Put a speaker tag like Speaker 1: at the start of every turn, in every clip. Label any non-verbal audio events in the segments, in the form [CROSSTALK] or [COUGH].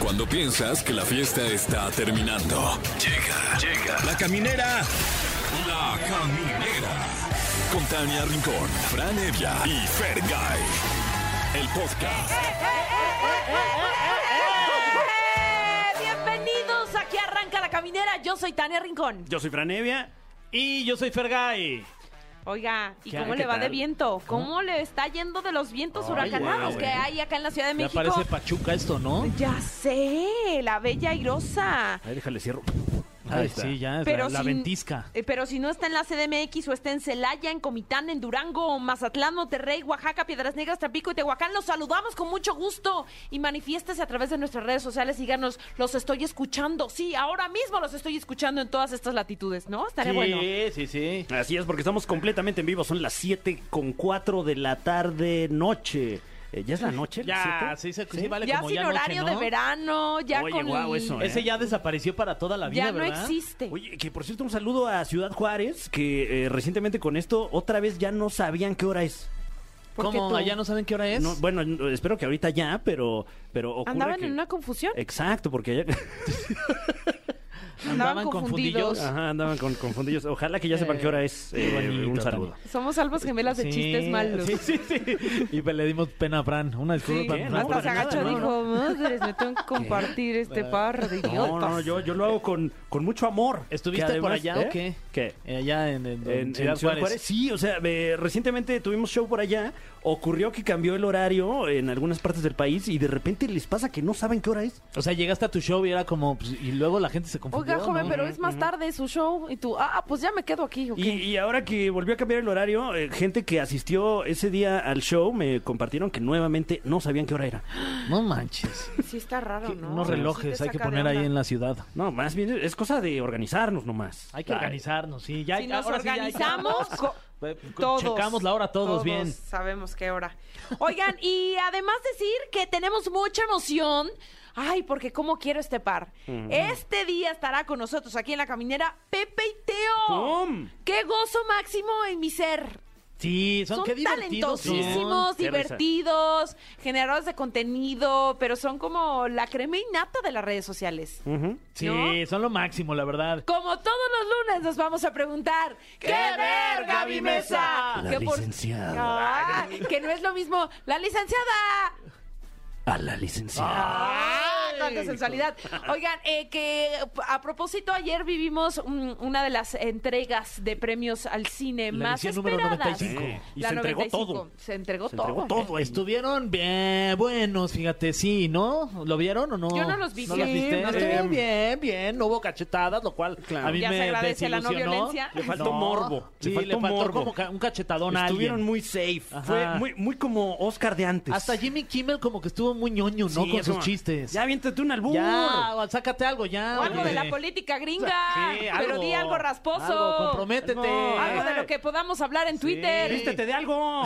Speaker 1: Cuando piensas que la fiesta está terminando. Llega, llega. La caminera. La caminera. Con Tania Rincón, Fran Evia y Fer El podcast.
Speaker 2: ¡Eh! Bienvenidos, aquí arranca la caminera. Yo soy Tania Rincón.
Speaker 3: Yo soy Franevia y yo soy Fergay.
Speaker 2: Oiga, ¿y
Speaker 3: ¿Qué-
Speaker 2: cómo
Speaker 3: qué
Speaker 2: le va de
Speaker 3: tal?
Speaker 2: viento? ¿Cómo, le está yendo de los vientos
Speaker 3: Ay,
Speaker 2: huracanados
Speaker 3: guau,
Speaker 2: que
Speaker 3: eh.
Speaker 2: hay acá en la Ciudad de
Speaker 4: Ya
Speaker 2: México?
Speaker 4: parece Pachuca esto, ¿no?
Speaker 2: Ya sé, la bella irosa.
Speaker 3: Ahí déjale cierro.
Speaker 4: Ay,
Speaker 3: Ahí está.
Speaker 4: sí, [LAUGHS] ya es
Speaker 2: Pero
Speaker 4: la, la
Speaker 2: si-
Speaker 4: ventisca.
Speaker 2: Eh, pero si no está en la CDMX o está en Celaya, en Comitán, en Durango, Mazatlán, Monterrey, Oaxaca, Piedras Negras, Tampico y Tehuacán, los saludamos con mucho gusto y manifiéstese a través de nuestras redes sociales. Síganos, los estoy escuchando. Sí, ahora mismo los estoy escuchando en todas estas latitudes, ¿no? Estaría
Speaker 4: sí,
Speaker 2: Ah, bueno.
Speaker 4: sí, sí.
Speaker 3: Así es, porque estamos completamente en vivo. Son las 7 con 4 de la tarde, noche. Eh, ¿Ya es la noche? las
Speaker 4: Ya,
Speaker 3: siete?
Speaker 4: sí, se- sí vale
Speaker 2: ya
Speaker 4: como
Speaker 2: sin
Speaker 4: ya noche,
Speaker 2: horario
Speaker 4: ¿no?
Speaker 2: de verano, ya
Speaker 3: Oye,
Speaker 2: con
Speaker 3: guau, eso, ¿eh?
Speaker 4: Ese ya desapareció para toda la vida,
Speaker 2: ya no
Speaker 4: ¿verdad?
Speaker 2: existe.
Speaker 3: Oye, que por cierto, un saludo a Ciudad Juárez, que eh, recientemente con esto otra vez ya no sabían qué hora es.
Speaker 2: porque tú-
Speaker 4: ¿Cómo? ¿Ya no saben qué hora es?
Speaker 3: No, bueno, no, espero que ahorita ya, pero, pero ocurre
Speaker 2: Andaban
Speaker 3: que-
Speaker 2: en una confusión.
Speaker 3: Exacto, porque ayer- [LAUGHS]
Speaker 2: andaban
Speaker 4: Andaban
Speaker 2: confundidos. Ah.
Speaker 4: confundidos.
Speaker 3: Ajá, andaban con, confundidos. Ojalá que ya sepan qué hora es.
Speaker 4: Qué
Speaker 3: eh,
Speaker 4: bonito
Speaker 3: un saludo.
Speaker 4: también.
Speaker 2: Somos almas gemelas de chistes malos.
Speaker 4: Sí, sí, sí. Y pues le dimos pena a Fran. Una disculpa.
Speaker 3: ¿Qué?
Speaker 4: Fran,
Speaker 3: No,
Speaker 2: Hasta
Speaker 4: por
Speaker 2: se
Speaker 3: nada,
Speaker 2: agachó y
Speaker 3: no,
Speaker 2: dijo, madres, me tengo que compartir este par de idiotas.
Speaker 3: No, no, yo, yo lo hago con, con mucho amor.
Speaker 4: ¿Estuviste
Speaker 3: Que
Speaker 4: por
Speaker 3: además-
Speaker 4: allá
Speaker 3: ¿Eh?
Speaker 4: o qué?
Speaker 3: ¿Qué?
Speaker 4: Eh, Allá en, en- en
Speaker 3: En, en
Speaker 4: Ciudad Juárez.
Speaker 3: Sí, o sea, eh, recientemente tuvimos show por allá. Ocurrió que cambió el horario en algunas partes del país y de repente les pasa que no saben qué hora es.
Speaker 4: O sea, llegaste a tu show y era como... pues, y luego la gente se confundió,
Speaker 2: Oiga, joven,
Speaker 4: ¿no?
Speaker 2: pero es más tarde su show. Y tú, ah, pues ya me quedo aquí. ok.
Speaker 3: Y, y ahora que volvió a cambiar el horario, eh, gente que asistió ese día al show me compartieron que nuevamente no sabían qué hora era.
Speaker 4: No manches.
Speaker 2: Sí está raro, ¿no?
Speaker 4: Unos
Speaker 2: Sí te
Speaker 4: relojes hay que
Speaker 2: saca de
Speaker 4: poner
Speaker 2: onda.
Speaker 4: ahí en la ciudad.
Speaker 3: No, más bien es cosa de organizarnos nomás.
Speaker 4: Hay que organizarnos, sí. Ya,
Speaker 2: Si nos
Speaker 4: ahora sí ya hay que- [LAUGHS]
Speaker 2: organizamos, co- todos.
Speaker 4: Checamos la hora todos, bien.
Speaker 2: Sabemos qué hora. Oigan, y además decir que tenemos mucha emoción. Ay, porque cómo quiero este par. Este día estará con nosotros aquí en la caminera Pepe y Teo.
Speaker 3: ¡Pum!
Speaker 2: ¡Qué gozo máximo en mi ser!
Speaker 4: Sí, son,
Speaker 2: Son
Speaker 4: qué divertidos son.
Speaker 2: talentosísimos,
Speaker 3: Qué risa.
Speaker 2: divertidos, generadores de contenido, pero son como la crema innata de las redes sociales.
Speaker 3: Ujú.
Speaker 4: Sí,
Speaker 2: ¿no?
Speaker 4: son lo máximo, la verdad.
Speaker 2: Como todos los lunes nos vamos a preguntar ¿Qué ver, Gaby Mesa?
Speaker 3: La
Speaker 2: que por-
Speaker 3: licenciada.
Speaker 2: Ay, que no es lo mismo la licenciada
Speaker 3: A la licenciada.
Speaker 2: Ah, tanta sensualidad. Oigan, eh, que a propósito, ayer vivimos un- una de las entregas de premios al cine
Speaker 4: La
Speaker 2: más
Speaker 4: edición número
Speaker 2: esperadas.
Speaker 4: 95.
Speaker 3: Sí, y se entregó todo.
Speaker 2: Se entregó
Speaker 3: Se
Speaker 2: todo.
Speaker 3: entregó todo. esto.
Speaker 4: Estuvieron bien buenos, fíjate, sí, ¿no? ¿Lo vieron o no?
Speaker 2: Yo no los vi.
Speaker 4: ¿No
Speaker 2: Sí,
Speaker 4: los viste? Em,
Speaker 2: no
Speaker 4: Estuvo
Speaker 3: los vi.
Speaker 4: bien, bien. No hubo cachetadas, lo cual
Speaker 3: Claro.
Speaker 4: a mí
Speaker 2: Ya se
Speaker 4: me
Speaker 2: agradece la no
Speaker 4: desilusionó.
Speaker 2: violencia. Le
Speaker 3: faltó morbo, le
Speaker 4: Sí, le
Speaker 3: faltó
Speaker 4: faltó,
Speaker 3: morbo.
Speaker 4: como ca- un cachetadón a
Speaker 3: Estuvieron
Speaker 4: alguien.
Speaker 3: muy safe.
Speaker 4: Ajá.
Speaker 3: Fue muy, muy como Oscar de antes.
Speaker 4: Hasta Jimmy Kimmel como que estuvo muy ñoño, ¿no?
Speaker 3: Sí,
Speaker 4: Con
Speaker 3: es
Speaker 4: sus
Speaker 3: como,
Speaker 4: chistes.
Speaker 3: Ya viéntate un albur.
Speaker 4: Ya, sácate algo ya.
Speaker 2: O algo de
Speaker 4: oye.
Speaker 2: la política gringa.
Speaker 4: Sí,
Speaker 2: pero di algo rasposo.
Speaker 4: algo, comprométete.
Speaker 3: Algo,
Speaker 2: Algo de lo que podamos hablar en Twitter.
Speaker 3: Vístete de
Speaker 4: [LAUGHS]
Speaker 3: algo.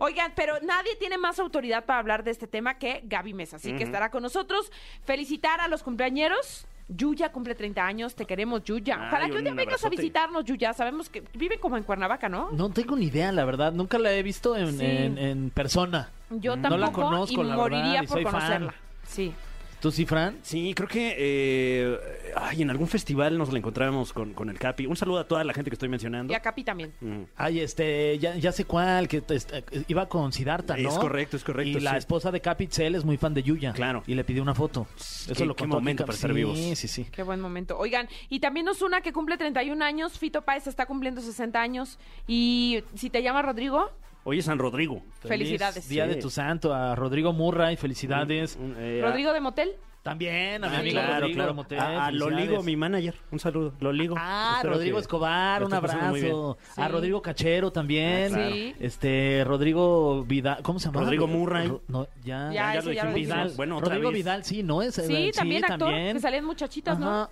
Speaker 2: Oigan, pero nadie tiene más autoridad para hablar de este tema que Gaby Mesa, así que estará con nosotros. Felicitar a los cumpleañeros. Yuya cumple 30 años, te queremos, Yuya.
Speaker 3: Ay,
Speaker 2: Ojalá que un día
Speaker 3: un
Speaker 2: vengas a
Speaker 3: abrazote.
Speaker 2: visitarnos, Yuya. Sabemos que viven como en Cuernavaca, ¿no?
Speaker 4: No tengo ni idea, la verdad. Nunca la he visto en,
Speaker 2: Sí.
Speaker 4: en- en persona. Mm.
Speaker 2: Yo
Speaker 4: No
Speaker 2: tampoco
Speaker 4: la conozco,
Speaker 2: y
Speaker 4: la
Speaker 2: moriría
Speaker 4: verdad, y
Speaker 2: por
Speaker 4: soy fan.
Speaker 2: conocerla. Sí.
Speaker 4: ¿Tú sí, Fran?
Speaker 3: Sí, creo que eh, ay, en algún festival nos la encontramos con, con el Capi. Un saludo a toda la gente que estoy mencionando.
Speaker 2: Y a Capi también.
Speaker 3: Mm.
Speaker 4: Ay, este, ya, ya sé cuál, que este, iba con Siddhartha, ¿no?
Speaker 3: Es correcto, es correcto,
Speaker 4: Y la
Speaker 3: sí.
Speaker 4: esposa de Capitzel es muy fan de Yuya.
Speaker 3: Claro.
Speaker 4: Y le pidió una foto. Eso
Speaker 3: qué-
Speaker 4: lo
Speaker 3: qué
Speaker 4: contó aquí
Speaker 3: momento
Speaker 4: Cap-
Speaker 3: para estar
Speaker 4: sí,
Speaker 3: vivos.
Speaker 4: Sí, sí, sí.
Speaker 2: Qué buen momento. Oigan, y también nos una que cumple 31 años, Fito Páez está cumpliendo 60 años. Y si te llama Rodrigo,
Speaker 3: Oye, San Rodrigo.
Speaker 2: Felicidades.
Speaker 4: Día
Speaker 3: Sí.
Speaker 4: de tu santo a Rodrigo Murray, felicidades.
Speaker 3: Un- eh, a-
Speaker 2: Rodrigo de Motel.
Speaker 4: También a mi
Speaker 2: Sí.
Speaker 4: amigo
Speaker 3: claro,
Speaker 4: Rodrigo
Speaker 3: claro.
Speaker 4: Motel,
Speaker 3: a, a Loligo,
Speaker 4: felicidades.
Speaker 3: mi manager. Un saludo. Loligo.
Speaker 4: Ah,
Speaker 3: Espero
Speaker 4: Rodrigo
Speaker 3: que-
Speaker 4: Escobar,
Speaker 3: la
Speaker 4: un
Speaker 3: estés pasando muy
Speaker 4: abrazo.
Speaker 2: bien.
Speaker 4: A
Speaker 2: Sí.
Speaker 4: Rodrigo Cachero también.
Speaker 2: Ah, claro. Sí.
Speaker 4: Este, Rodrigo Vidal, ¿cómo se llama?
Speaker 3: Rodrigo Murray.
Speaker 4: no,
Speaker 2: Ya,
Speaker 4: ya.
Speaker 3: ya
Speaker 2: ese
Speaker 3: lo
Speaker 2: ya
Speaker 3: dijimos.
Speaker 2: lo dijimos.
Speaker 4: Vidal.
Speaker 3: Bueno, otra
Speaker 4: Rodrigo
Speaker 3: vez.
Speaker 4: Vidal, sí, ¿no? Es,
Speaker 2: Sí, también actor, que salían muchachitas, ¿no?
Speaker 4: Ajá.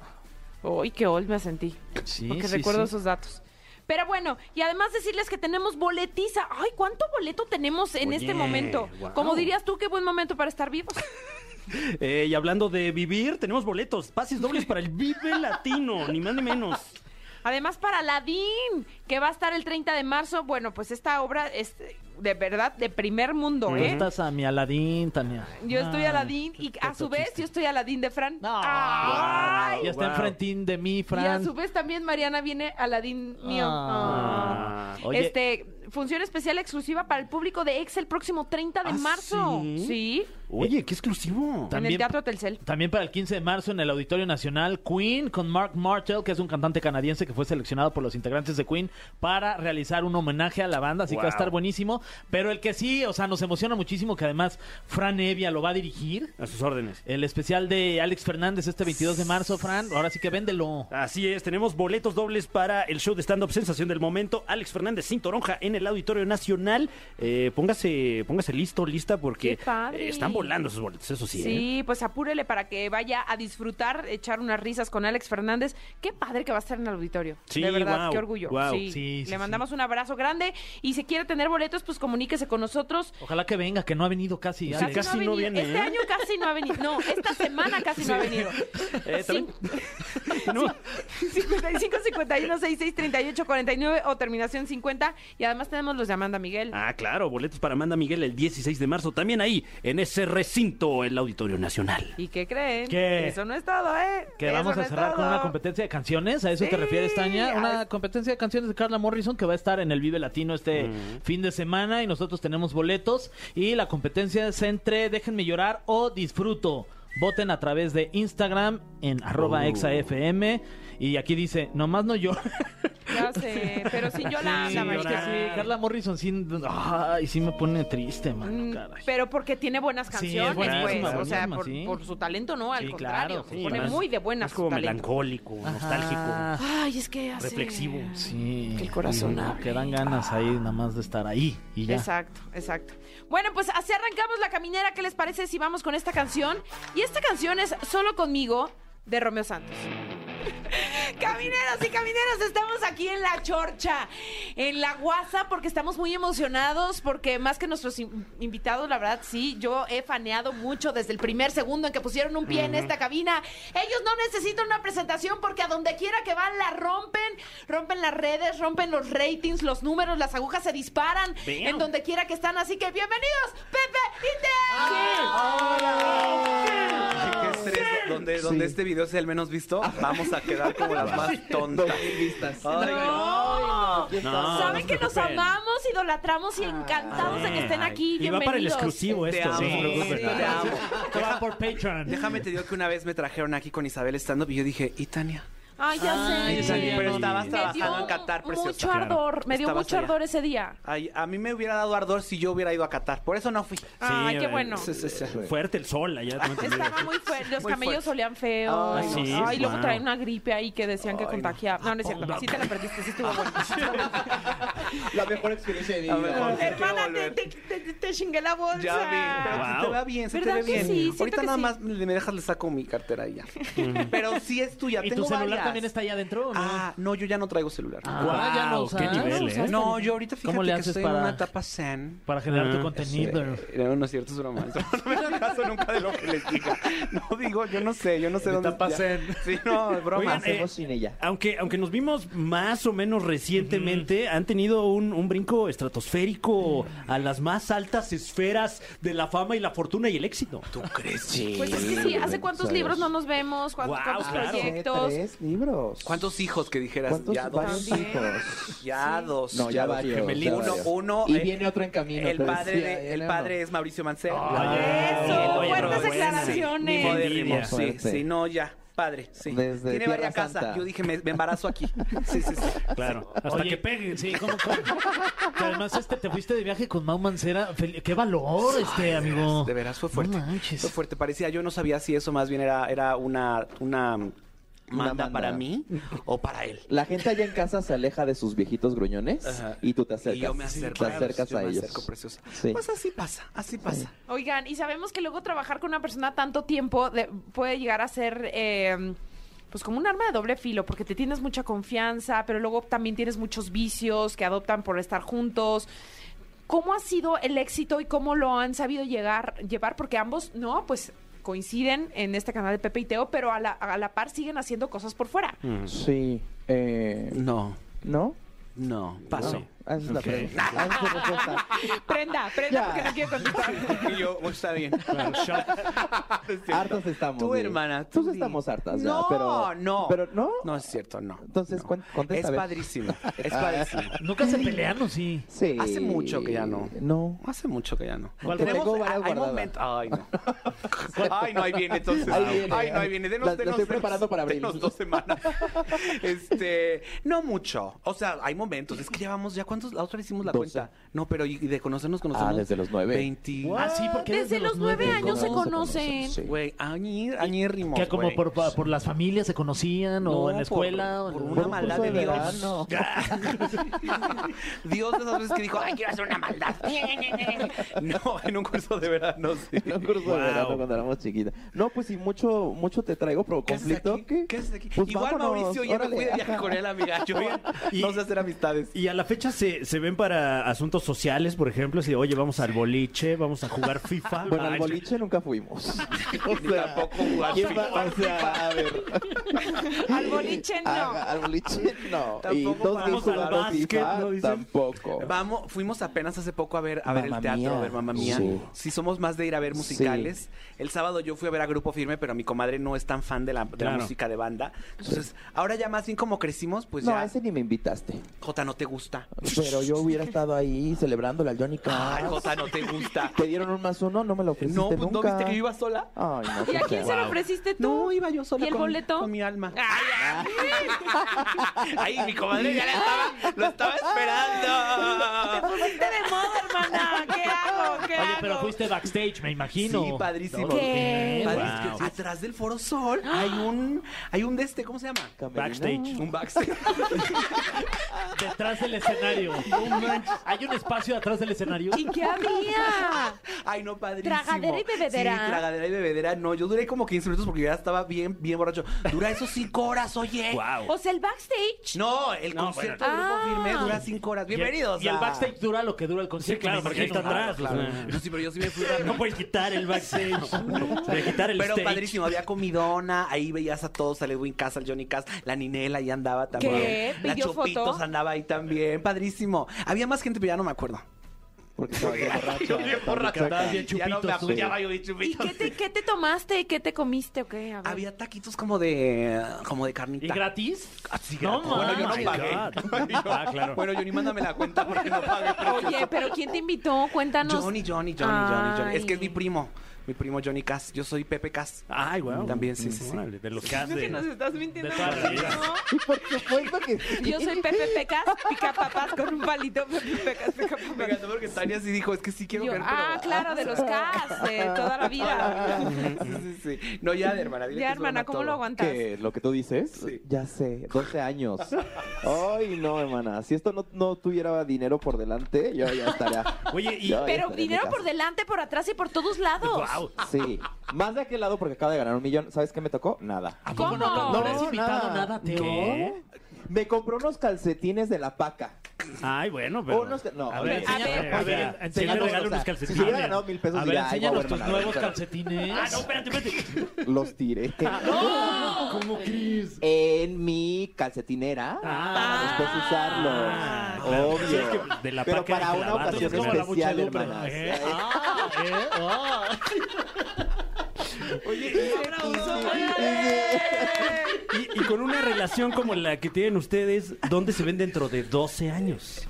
Speaker 2: Uy, qué old me sentí.
Speaker 4: Sí,
Speaker 2: porque
Speaker 4: sí,
Speaker 2: recuerdo
Speaker 4: sí.
Speaker 2: esos datos. Pero bueno, y además decirles que tenemos boletiza. Ay, ¿cuánto boleto tenemos en
Speaker 3: Oye,
Speaker 2: este momento?
Speaker 3: guau.
Speaker 2: Como dirías tú, qué buen momento para estar vivos. [LAUGHS]
Speaker 3: Eh, y hablando de vivir, tenemos boletos, pases
Speaker 4: [LAUGHS]
Speaker 3: dobles para el Vive Latino, ni más ni menos.
Speaker 2: Además para Aladín, que va a estar el 30 de marzo. Bueno, pues esta obra es- de verdad de primer mundo,
Speaker 4: Tú
Speaker 2: ¿eh?
Speaker 4: estás a mi Aladín, Tania.
Speaker 2: Yo estoy
Speaker 4: Ay,
Speaker 2: Aladín y
Speaker 4: qué
Speaker 2: a su
Speaker 4: puto
Speaker 2: vez
Speaker 4: chiste.
Speaker 2: yo estoy Aladín de Fran.
Speaker 4: No.
Speaker 2: ¡Ay!
Speaker 4: ya está
Speaker 3: wow.
Speaker 4: enfrentín de mí,
Speaker 2: Y a
Speaker 4: Fran.
Speaker 2: su vez también Mariana viene Aladín mío.
Speaker 4: Ah.
Speaker 2: Ah.
Speaker 4: Oye.
Speaker 2: Este, función especial exclusiva para el público de Ex el próximo 30 de
Speaker 3: ¿Ah,
Speaker 2: marzo.
Speaker 3: sí?
Speaker 2: Sí,
Speaker 3: Oye, qué exclusivo.
Speaker 4: Ta-
Speaker 2: en el
Speaker 4: También-
Speaker 2: Teatro Telcel.
Speaker 4: También para el 15 de marzo en el Auditorio Nacional Queen con Mark Martel, que es un cantante canadiense que fue seleccionado por los integrantes de Queen para realizar un homenaje a la banda, así que va a
Speaker 3: Wow.
Speaker 4: estar buenísimo. Pero el que sí, o sea, nos emociona muchísimo que además Fran Evia lo va a dirigir.
Speaker 3: A sus órdenes.
Speaker 4: El especial de Alex Fernández este 22 de marzo, Fran. Ahora sí que véndelo.
Speaker 3: Así es, tenemos boletos dobles para el show de stand-up Sensación del Momento. Alex Fernández sin toronja en el Auditorio Nacional. Eh, póngase, póngase listo, lista, porque
Speaker 2: Qué padre.
Speaker 3: eh, están volando esos boletos, eso sí. ¿eh?
Speaker 2: Sí, pues apúrele para que vaya a disfrutar, echar unas risas con Alex Fernández. Qué padre que va a estar en el auditorio.
Speaker 3: Sí,
Speaker 2: de verdad,
Speaker 3: guau,
Speaker 2: qué orgullo.
Speaker 3: guau.
Speaker 2: Sí.
Speaker 4: Sí, sí,
Speaker 2: Le
Speaker 4: sí.
Speaker 2: mandamos un abrazo grande y si quiere tener boletos, pues comuníquese con nosotros.
Speaker 4: Ojalá que venga, que no ha venido casi.
Speaker 3: Sí,
Speaker 4: Alex.
Speaker 3: casi no
Speaker 2: venido.
Speaker 3: viene,
Speaker 2: Este
Speaker 3: ¿eh?
Speaker 2: año casi no ha venido. No, esta semana casi no ha venido.
Speaker 3: Eh, también- [LAUGHS] Tenemos-
Speaker 2: 55 51 66 38 49 o terminación 50 y además tenemos los de Amanda Miguel.
Speaker 3: Ah, claro, boletos para Amanda Miguel el 16 de marzo, también ahí, en ese recinto, el Auditorio Nacional.
Speaker 2: ¿Y qué creen?
Speaker 4: ¿Qué?
Speaker 2: Eso no es todo, ¿eh?
Speaker 4: Que
Speaker 2: Eso
Speaker 4: vamos
Speaker 2: no
Speaker 4: a
Speaker 2: es
Speaker 4: cerrar con
Speaker 2: todo.
Speaker 4: una competencia de canciones, ¿a eso
Speaker 2: Sí,
Speaker 4: te refieres, Tania?
Speaker 2: a-
Speaker 4: Una competencia de canciones de Carla Morrison que va a estar en el Vive Latino este fin de semana y nosotros tenemos boletos y la competencia es entre Déjenme llorar o Disfruto. Voten a través de Instagram en arroba
Speaker 3: Oh.
Speaker 4: exafm y aquí dice, nomás no yo.
Speaker 2: Ya sé, pero sin Yolanda,
Speaker 4: Sí, es
Speaker 2: Mariana.
Speaker 4: que sí, Carla Morrison sí, ay, sí me pone triste,
Speaker 2: Mm,
Speaker 4: mano, caray.
Speaker 2: Pero porque tiene buenas
Speaker 4: Sí,
Speaker 2: canciones,
Speaker 4: es buenísima,
Speaker 2: pues. O
Speaker 4: buenísima,
Speaker 2: sea, por,
Speaker 4: sí.
Speaker 2: por su talento, no, al
Speaker 4: Sí,
Speaker 2: contrario.
Speaker 4: claro,
Speaker 2: se
Speaker 4: sí,
Speaker 2: pone
Speaker 3: más-
Speaker 2: muy de buenas
Speaker 3: Es
Speaker 2: su
Speaker 3: como
Speaker 2: talento.
Speaker 3: melancólico, nostálgico.
Speaker 4: Ajá.
Speaker 2: Ay, es que hace...
Speaker 3: Reflexivo.
Speaker 4: Sí.
Speaker 2: Que el corazón
Speaker 4: Ujú,
Speaker 2: hable.
Speaker 4: Que dan ganas ahí nada más de estar ahí y ya.
Speaker 2: Exacto, exacto. Bueno, pues así arrancamos la caminera. ¿Qué les parece si vamos con esta canción? Y esta canción es Solo conmigo de Romeo Santos. Camineros y camineras, estamos aquí en la chorcha, en la guasa, porque estamos muy emocionados, porque más que nuestros in- invitados, la verdad, sí, yo he faneado mucho desde el primer segundo en que pusieron un pie en esta cabina. Ellos no necesitan una presentación porque a donde quiera que van la rompen, rompen las redes, rompen los ratings, los números, las agujas se disparan
Speaker 3: Damn.
Speaker 2: en donde quiera que están. Así que bienvenidos, Pepe y Teo.
Speaker 5: Ah, Ay, qué estrés. Donde, donde este video sea el menos visto, vamos a quedar como las más tontas. Ay,
Speaker 2: No.
Speaker 3: No,
Speaker 2: Saben
Speaker 3: no
Speaker 2: que
Speaker 3: se
Speaker 2: los
Speaker 3: preocupen.
Speaker 2: amamos, idolatramos
Speaker 5: Ah,
Speaker 2: y encantados de que estén aquí.
Speaker 3: Y va para el
Speaker 2: Bienvenidos.
Speaker 3: exclusivo
Speaker 5: Te
Speaker 3: esto, no
Speaker 5: amo,
Speaker 3: se preocupen.
Speaker 5: sí, te amo.
Speaker 4: va por Patreon.
Speaker 5: Déjame te digo que una vez me trajeron aquí con Isabel stand-up y yo dije, ¿y Tania?
Speaker 2: Ay, ya
Speaker 4: Ay,
Speaker 2: sé.
Speaker 4: sí, pero
Speaker 5: estabas
Speaker 2: Me
Speaker 5: trabajando
Speaker 2: dio
Speaker 5: en Qatar, preciosa.
Speaker 2: Mucho
Speaker 5: Claro.
Speaker 2: ardor, me dio
Speaker 5: Estabas
Speaker 2: mucho
Speaker 5: allá.
Speaker 2: ardor ese día.
Speaker 5: Ay, a mí me hubiera dado ardor si yo hubiera ido a Qatar. Por eso no fui.
Speaker 2: Ay, qué
Speaker 3: eh,
Speaker 2: bueno.
Speaker 5: Sí, sí, sí.
Speaker 3: Fuerte el sol allá.
Speaker 5: [LAUGHS]
Speaker 3: tengo entendido.
Speaker 2: Estaba muy fuerte, los
Speaker 5: Muy
Speaker 2: camellos
Speaker 5: fuerte.
Speaker 2: olían feo.
Speaker 5: Ay,
Speaker 2: Ay,
Speaker 3: no. ¿Sí?
Speaker 2: luego
Speaker 3: Wow.
Speaker 2: traían una gripe ahí que decían que
Speaker 5: Ay, no.
Speaker 2: contagiaba. No, no es cierto. Sí te la perdiste, sí estuvo bueno.
Speaker 6: La mejor experiencia de mi
Speaker 5: A ver,
Speaker 6: vida.
Speaker 5: Quiero
Speaker 2: Hermana, te,
Speaker 5: volver.
Speaker 2: te, te- te chingué la bolsa.
Speaker 5: Ya vi. Pero
Speaker 3: Wow.
Speaker 5: si te va bien, si te
Speaker 2: ¿Verdad
Speaker 5: ve
Speaker 2: que
Speaker 5: bien.
Speaker 2: sí? Siento
Speaker 5: Ahorita
Speaker 2: que
Speaker 5: nada
Speaker 2: sí.
Speaker 5: más le- me dejas, le saco mi cartera y ya. Pero sí es tuya.
Speaker 4: ¿Y tu
Speaker 5: tengo
Speaker 4: celular
Speaker 5: varias.
Speaker 4: también está allá adentro o no?
Speaker 5: Ah, no, yo ya no traigo celular.
Speaker 4: Ah, ya no
Speaker 3: Guau,
Speaker 4: usas.
Speaker 3: qué nivel,
Speaker 4: Ya no
Speaker 3: ¿eh?
Speaker 5: No, yo ahorita fíjate
Speaker 4: ¿Cómo le
Speaker 5: que
Speaker 4: haces
Speaker 5: estoy en
Speaker 4: para-
Speaker 5: una etapa zen.
Speaker 4: Para generar
Speaker 3: Ah.
Speaker 4: tu contenido.
Speaker 5: Eh, No, no es cierto, es broma.
Speaker 6: [LAUGHS]
Speaker 5: Es broma. No me hagan caso nunca de lo que les diga. No digo, yo no sé, yo no sé dónde.
Speaker 6: Etapa
Speaker 5: ya.
Speaker 6: zen.
Speaker 5: Sí, no, es broma.
Speaker 3: Oigan, eh,
Speaker 6: Hacemos sin ella.
Speaker 3: Aunque, aunque nos vimos más o menos recientemente, han tenido un, un brinco estratosférico a las más altas esferas de la fama y la fortuna y el éxito.
Speaker 2: Pues es
Speaker 6: Eh,
Speaker 2: que sí, ¿hace cuántos
Speaker 6: Sabes.
Speaker 2: libros no nos vemos? ¿Cuántos,
Speaker 3: Wow,
Speaker 2: cuántos
Speaker 3: claro.
Speaker 2: proyectos?
Speaker 6: Tres libros.
Speaker 5: ¿Cuántos hijos que dijeras?
Speaker 6: ¿Cuántos?
Speaker 5: ya dos.
Speaker 6: varios
Speaker 2: También.
Speaker 6: hijos.
Speaker 5: Ya dos.
Speaker 6: No, ya
Speaker 5: dos.
Speaker 6: varios.
Speaker 5: Gemelitos.
Speaker 6: ya varios.
Speaker 5: Uno, uno.
Speaker 6: Y
Speaker 5: eh,
Speaker 6: viene otro en camino.
Speaker 5: el
Speaker 6: te
Speaker 5: padre,
Speaker 6: decía,
Speaker 5: de- el
Speaker 6: Elena.
Speaker 5: padre es Mauricio Mancera.
Speaker 2: Eso,
Speaker 3: Oye,
Speaker 2: fuertes
Speaker 3: pero bueno.
Speaker 2: declaraciones.
Speaker 5: Ni modérrimo.
Speaker 6: Envidia.
Speaker 5: Sí, sí, no, ya. Padre, sí.
Speaker 6: Desde
Speaker 5: Tiene
Speaker 6: Tierra
Speaker 5: varias casas.
Speaker 6: Santa.
Speaker 5: Yo dije, me, me embarazo aquí. Sí, sí, sí.
Speaker 3: Claro. Hasta
Speaker 4: Oye,
Speaker 3: que peguen.
Speaker 4: Sí, ¿cómo, cómo? [LAUGHS] que además este, te fuiste de viaje con Mau Mancera. Fel- ¡Qué valor, este, amigo!
Speaker 5: De veras fue fuerte.
Speaker 4: No manches.
Speaker 5: Fue fuerte. Parecía, yo no sabía si eso más bien era, era una, una manda,
Speaker 6: manda.
Speaker 5: para mí o para él.
Speaker 6: La gente allá en casa se aleja de sus viejitos gruñones
Speaker 5: Ajá.
Speaker 6: y tú te acercas.
Speaker 5: Y yo me acerco.
Speaker 6: Te acercas
Speaker 5: Yo
Speaker 6: a
Speaker 5: me
Speaker 6: ellos.
Speaker 5: acerco, preciosa.
Speaker 6: Sí.
Speaker 5: Pues así pasa, así pasa.
Speaker 2: Oigan, y sabemos que luego trabajar con una persona tanto tiempo de- puede llegar a ser... eh, pues como un arma de doble filo, porque te tienes mucha confianza, pero luego también tienes muchos vicios que adoptan por estar juntos. ¿Cómo ha sido el éxito y cómo lo han sabido llegar, llevar? Porque ambos, no, pues coinciden en este canal de Pepe y Teo, pero a la, a la par siguen
Speaker 6: Mm.
Speaker 2: haciendo cosas por fuera.
Speaker 6: Sí. eh,
Speaker 5: No,
Speaker 6: ¿No?
Speaker 5: no, paso.
Speaker 6: No. Esa es la
Speaker 3: Ok.
Speaker 6: pregunta. Esa es la respuesta.
Speaker 2: Prenda, prenda
Speaker 6: Ya.
Speaker 2: porque no quiero
Speaker 5: [LAUGHS]
Speaker 2: contestar.
Speaker 5: [LAUGHS] Y yo, bueno, está
Speaker 6: [LAUGHS]
Speaker 5: bien. [LAUGHS] Es cierto.
Speaker 6: Hartas estamos.
Speaker 5: Tú,
Speaker 6: de-
Speaker 5: hermana, tú
Speaker 6: Todos
Speaker 5: di.
Speaker 6: estamos hartas. ya,
Speaker 5: No,
Speaker 6: pero,
Speaker 5: no.
Speaker 6: Pero no.
Speaker 5: No es cierto, no.
Speaker 6: Entonces,
Speaker 5: no.
Speaker 6: cuen- contesta,
Speaker 5: Es
Speaker 6: a ver.
Speaker 5: padrísimo, es padrísimo.
Speaker 6: [LAUGHS]
Speaker 4: Nunca se pelean, ¿o sí?
Speaker 6: Sí.
Speaker 5: Hace mucho que ya no.
Speaker 6: No.
Speaker 5: Hace mucho que ya no.
Speaker 6: ¿Cuál tengo varias
Speaker 5: hay
Speaker 6: guardadas.
Speaker 5: momentos- Ay,
Speaker 6: [LAUGHS]
Speaker 5: no. Ay, no, ahí viene entonces.
Speaker 6: Ahí viene.
Speaker 5: Ay, no, ahí viene. Denos,
Speaker 6: La- la
Speaker 5: denos,
Speaker 6: estoy preparando
Speaker 5: denos-
Speaker 6: para abril.
Speaker 5: denos dos
Speaker 6: [LAUGHS]
Speaker 5: semanas. Este, no mucho. O sea, hay momentos. Es que ya vamos, ya cuántos, la otra vez hicimos la
Speaker 6: Doce.
Speaker 5: cuenta. No, pero y y de conocernos, conocemos.
Speaker 6: Ah, desde los nueve.
Speaker 5: 20.
Speaker 4: Ah, sí, porque
Speaker 2: Desde los nueve
Speaker 6: Eh,
Speaker 2: años se conocen.
Speaker 6: Sí.
Speaker 5: Güey, añir, añirrimos,
Speaker 4: Que como
Speaker 5: güey.
Speaker 4: por, pa- por las familias se conocían
Speaker 5: No,
Speaker 4: o en la
Speaker 5: por-
Speaker 4: escuela. o en-
Speaker 5: por
Speaker 4: por
Speaker 5: una
Speaker 4: un
Speaker 5: maldad
Speaker 4: curso
Speaker 5: de Dios.
Speaker 6: verano.
Speaker 5: [LAUGHS] Dios de esas veces que dijo, ay, quiero hacer una maldad. [LAUGHS] No, en un curso de verano, sí.
Speaker 6: [LAUGHS] En un curso
Speaker 4: Wow.
Speaker 6: de verano cuando éramos chiquitas. No, pues sí, mucho, mucho te traigo, pero
Speaker 5: ¿Qué haces
Speaker 6: conflicto.
Speaker 5: aquí?
Speaker 6: ¿qué?
Speaker 5: ¿Qué haces aquí?
Speaker 6: Pues
Speaker 5: Igual
Speaker 6: vámonos,
Speaker 5: Mauricio ya me
Speaker 6: órale.
Speaker 5: fui de viaje con él, amiga. Yo ya no sé hacer amistades.
Speaker 3: Y a la fecha se, se ven para asuntos sociales, por ejemplo, si oye, vamos al boliche, vamos a jugar FIFA.
Speaker 6: [LAUGHS] [LAUGHS] Bueno, al
Speaker 3: Ay,
Speaker 6: boliche nunca fuimos. [LAUGHS]
Speaker 5: [LAUGHS]
Speaker 6: O
Speaker 5: Ni tampoco jugar [LAUGHS]
Speaker 6: ¿quién
Speaker 5: FIFA.
Speaker 6: va- O sea, a ver.
Speaker 2: Al boliche
Speaker 6: a-
Speaker 2: no.
Speaker 6: al boliche no. y
Speaker 5: Tampoco
Speaker 6: dos
Speaker 5: vamos
Speaker 6: días
Speaker 3: al
Speaker 6: jugaron
Speaker 3: básquet,
Speaker 6: FIFA,
Speaker 3: ¿no dicen?
Speaker 6: tampoco.
Speaker 5: Vamos, fuimos apenas hace poco a ver, a ver el
Speaker 6: Mamma
Speaker 5: teatro,
Speaker 6: Mía.
Speaker 5: a ver mamá mía. Sí.
Speaker 6: Sí.
Speaker 5: somos más de ir a ver musicales.
Speaker 6: Sí.
Speaker 5: El sábado yo fui a ver a Grupo Firme, pero mi comadre no es tan fan de la, de la
Speaker 3: Claro.
Speaker 5: música de banda. Entonces, ahora ya más bien como crecimos, pues
Speaker 6: no, a
Speaker 5: ya.
Speaker 6: ese ni me invitaste.
Speaker 5: Jota no te gusta.
Speaker 6: Pero yo hubiera estado ahí celebrándole al Johnny
Speaker 5: Ay,
Speaker 6: Cash.
Speaker 5: Jota no te gusta.
Speaker 6: Te dieron un más uno, no me lo ofreciste
Speaker 5: No, pues
Speaker 6: nunca.
Speaker 5: no viste que yo iba sola.
Speaker 6: Ay, no. pues,
Speaker 2: ¿Y
Speaker 6: qué
Speaker 2: a quién se
Speaker 6: feo.
Speaker 2: lo ofreciste tú?
Speaker 5: No, iba yo sola
Speaker 2: ¿Y el
Speaker 5: con,
Speaker 2: boleto?
Speaker 5: con mi alma.
Speaker 2: Ay, ay.
Speaker 5: Ay, mi comadre ya la estaba, lo estaba
Speaker 2: Te
Speaker 5: esperando.
Speaker 2: pusiste de moda, hermana. ¿Qué hago? ¿Qué
Speaker 4: Oye,
Speaker 2: hago?
Speaker 4: pero fuiste backstage, me imagino.
Speaker 5: Sí, padrísimo.
Speaker 2: ¿Qué?
Speaker 5: Padrísimo.
Speaker 4: Wow.
Speaker 5: Atrás del Foro Sol hay un, hay un de este, ¿cómo se llama?
Speaker 6: Camerino.
Speaker 3: Backstage.
Speaker 5: Un [LAUGHS] backstage.
Speaker 4: Detrás del escenario. Hay un espacio atrás del escenario.
Speaker 2: ¿Y
Speaker 4: [LAUGHS]
Speaker 2: qué había?
Speaker 5: Ay, no, padrísimo.
Speaker 2: Tragadera y bebedera.
Speaker 5: Sí, tragadera y bebedera. No, yo duré como 15 minutos porque ya estaba bien, bien borracho. Dura esos 5 horas, oye.
Speaker 3: Wow.
Speaker 2: O sea, el backstage.
Speaker 5: No, el concierto
Speaker 2: bueno.
Speaker 5: de Grupo
Speaker 2: Ah.
Speaker 5: Firme dura 5 horas. Bienvenidos.
Speaker 4: Y el
Speaker 5: a-
Speaker 4: backstage dura lo que dura el concierto.
Speaker 3: claro,
Speaker 4: me
Speaker 3: porque ahí
Speaker 4: imagino.
Speaker 3: está atrás.
Speaker 5: Claro.
Speaker 3: o sea.
Speaker 5: No, sí, pero yo sí me [LAUGHS] fui. a-
Speaker 3: No puedes quitar el backstage. No puedes quitar el
Speaker 5: Pero
Speaker 3: stage.
Speaker 5: padrísimo, había comidona, ahí veías a todos, al Edwin Cass, al Johnny Cass, la Ninela ahí andaba también.
Speaker 2: ¿Qué?
Speaker 5: La
Speaker 2: ¿Pidió
Speaker 5: Chopitos
Speaker 2: foto?
Speaker 5: andaba ahí también, padrísimo. Había más gente, pero ya no me acuerdo.
Speaker 6: Porque estaba bien borracha. estaba
Speaker 4: Estabas bien
Speaker 5: ya no me
Speaker 4: chupitos,
Speaker 5: acuerdo,
Speaker 4: sí.
Speaker 5: ya va yo bien
Speaker 2: ¿Y
Speaker 5: chupitos.
Speaker 2: qué te, qué te tomaste? ¿Qué te comiste o qué? A ver.
Speaker 5: Había taquitos como de, como de carnita.
Speaker 4: ¿Y gratis?
Speaker 5: Ah, sí,
Speaker 4: No,
Speaker 5: gratis. bueno, yo
Speaker 4: man.
Speaker 5: no
Speaker 4: My
Speaker 5: [LAUGHS] pagué.
Speaker 3: God. Ah, claro.
Speaker 5: Bueno, Johnny, mándame la cuenta porque no pagué. precio.
Speaker 2: Oye, pero ¿quién te invitó? Cuéntanos.
Speaker 5: Johnny, Johnny, Johnny, Johnny, Johnny. Es que es mi
Speaker 2: Ay.
Speaker 5: primo, mi primo Johnny Cass. Yo soy Pepe Cass.
Speaker 3: Ay, wow.
Speaker 5: También, sí, sí, sí.
Speaker 3: Órale, De los cast de-
Speaker 2: Nos estás mintiendo.
Speaker 4: De toda la vida.
Speaker 2: ¿no?
Speaker 6: Y por supuesto que
Speaker 2: [LAUGHS]
Speaker 6: sí.
Speaker 2: Yo soy Pepe Pecas, pica papás con un palito. Pepe Pecas, pica
Speaker 5: Me
Speaker 2: papás.
Speaker 5: encantó porque Tania sí dijo, es que sí quiero
Speaker 2: Yo,
Speaker 5: ver, pero...
Speaker 2: ah, claro, de los Cas, de toda la
Speaker 4: [LAUGHS]
Speaker 2: vida.
Speaker 5: sí, sí, sí. No, ya, hermana. dile que
Speaker 2: Ya,
Speaker 5: se
Speaker 2: hermana,
Speaker 5: duerma
Speaker 2: ¿cómo
Speaker 5: todo.
Speaker 2: lo aguantas?
Speaker 6: ¿Qué? ¿Lo que tú dices?
Speaker 5: Sí.
Speaker 6: Ya sé, 12 años. Ay, no, hermana. Si esto no, no tuviera dinero por delante, yo ya estaría.
Speaker 3: [LAUGHS] Oye, y-
Speaker 6: yo ya
Speaker 2: Pero
Speaker 6: estaría en mi
Speaker 2: dinero
Speaker 6: casa.
Speaker 2: por delante, por atrás y por todos lados.
Speaker 3: Wow.
Speaker 6: Sí. Más de aquel lado porque acaba de ganar un millón. ¿Sabes qué me tocó? Nada.
Speaker 4: ¿A poco
Speaker 2: ¿Cómo?
Speaker 4: No, no,
Speaker 2: No,
Speaker 4: has invitado nada, Teo?
Speaker 3: ¿Qué?
Speaker 6: Me compró unos calcetines de la paca.
Speaker 3: Ay, bueno, pero.
Speaker 6: Unos que- no,
Speaker 3: a ver,
Speaker 6: oye,
Speaker 3: enséñale,
Speaker 2: a ver,
Speaker 3: a
Speaker 6: o sea,
Speaker 3: ver, enséñale,
Speaker 6: o
Speaker 3: regala
Speaker 6: sea,
Speaker 3: unos
Speaker 6: si
Speaker 3: calcetines.
Speaker 6: hubiera ganado mil pesos,
Speaker 4: A ver,
Speaker 6: diría, ay,
Speaker 4: enséñanos
Speaker 6: guau,
Speaker 4: tus
Speaker 6: hermana,
Speaker 4: nuevos
Speaker 6: pero
Speaker 4: calcetines.
Speaker 3: Ah, no, espérate, espérate. [LAUGHS]
Speaker 6: Los tiré
Speaker 3: Ah, ¿Cómo crees?
Speaker 6: en mi calcetinera.
Speaker 3: Ah.
Speaker 6: después
Speaker 3: Ah,
Speaker 6: usarlos.
Speaker 3: claro.
Speaker 6: Obvio.
Speaker 3: Sí, es que de la
Speaker 6: pero
Speaker 3: paca
Speaker 6: para
Speaker 3: de
Speaker 6: una
Speaker 3: clavar,
Speaker 6: ocasión
Speaker 3: entonces, como la bucha
Speaker 6: especial,
Speaker 3: de Lupa,
Speaker 6: hermanas.
Speaker 4: ¿eh? Ah, ¿eh? Ah.
Speaker 3: Y, y con una relación como la que tienen ustedes, ¿dónde se ven dentro de 12 años?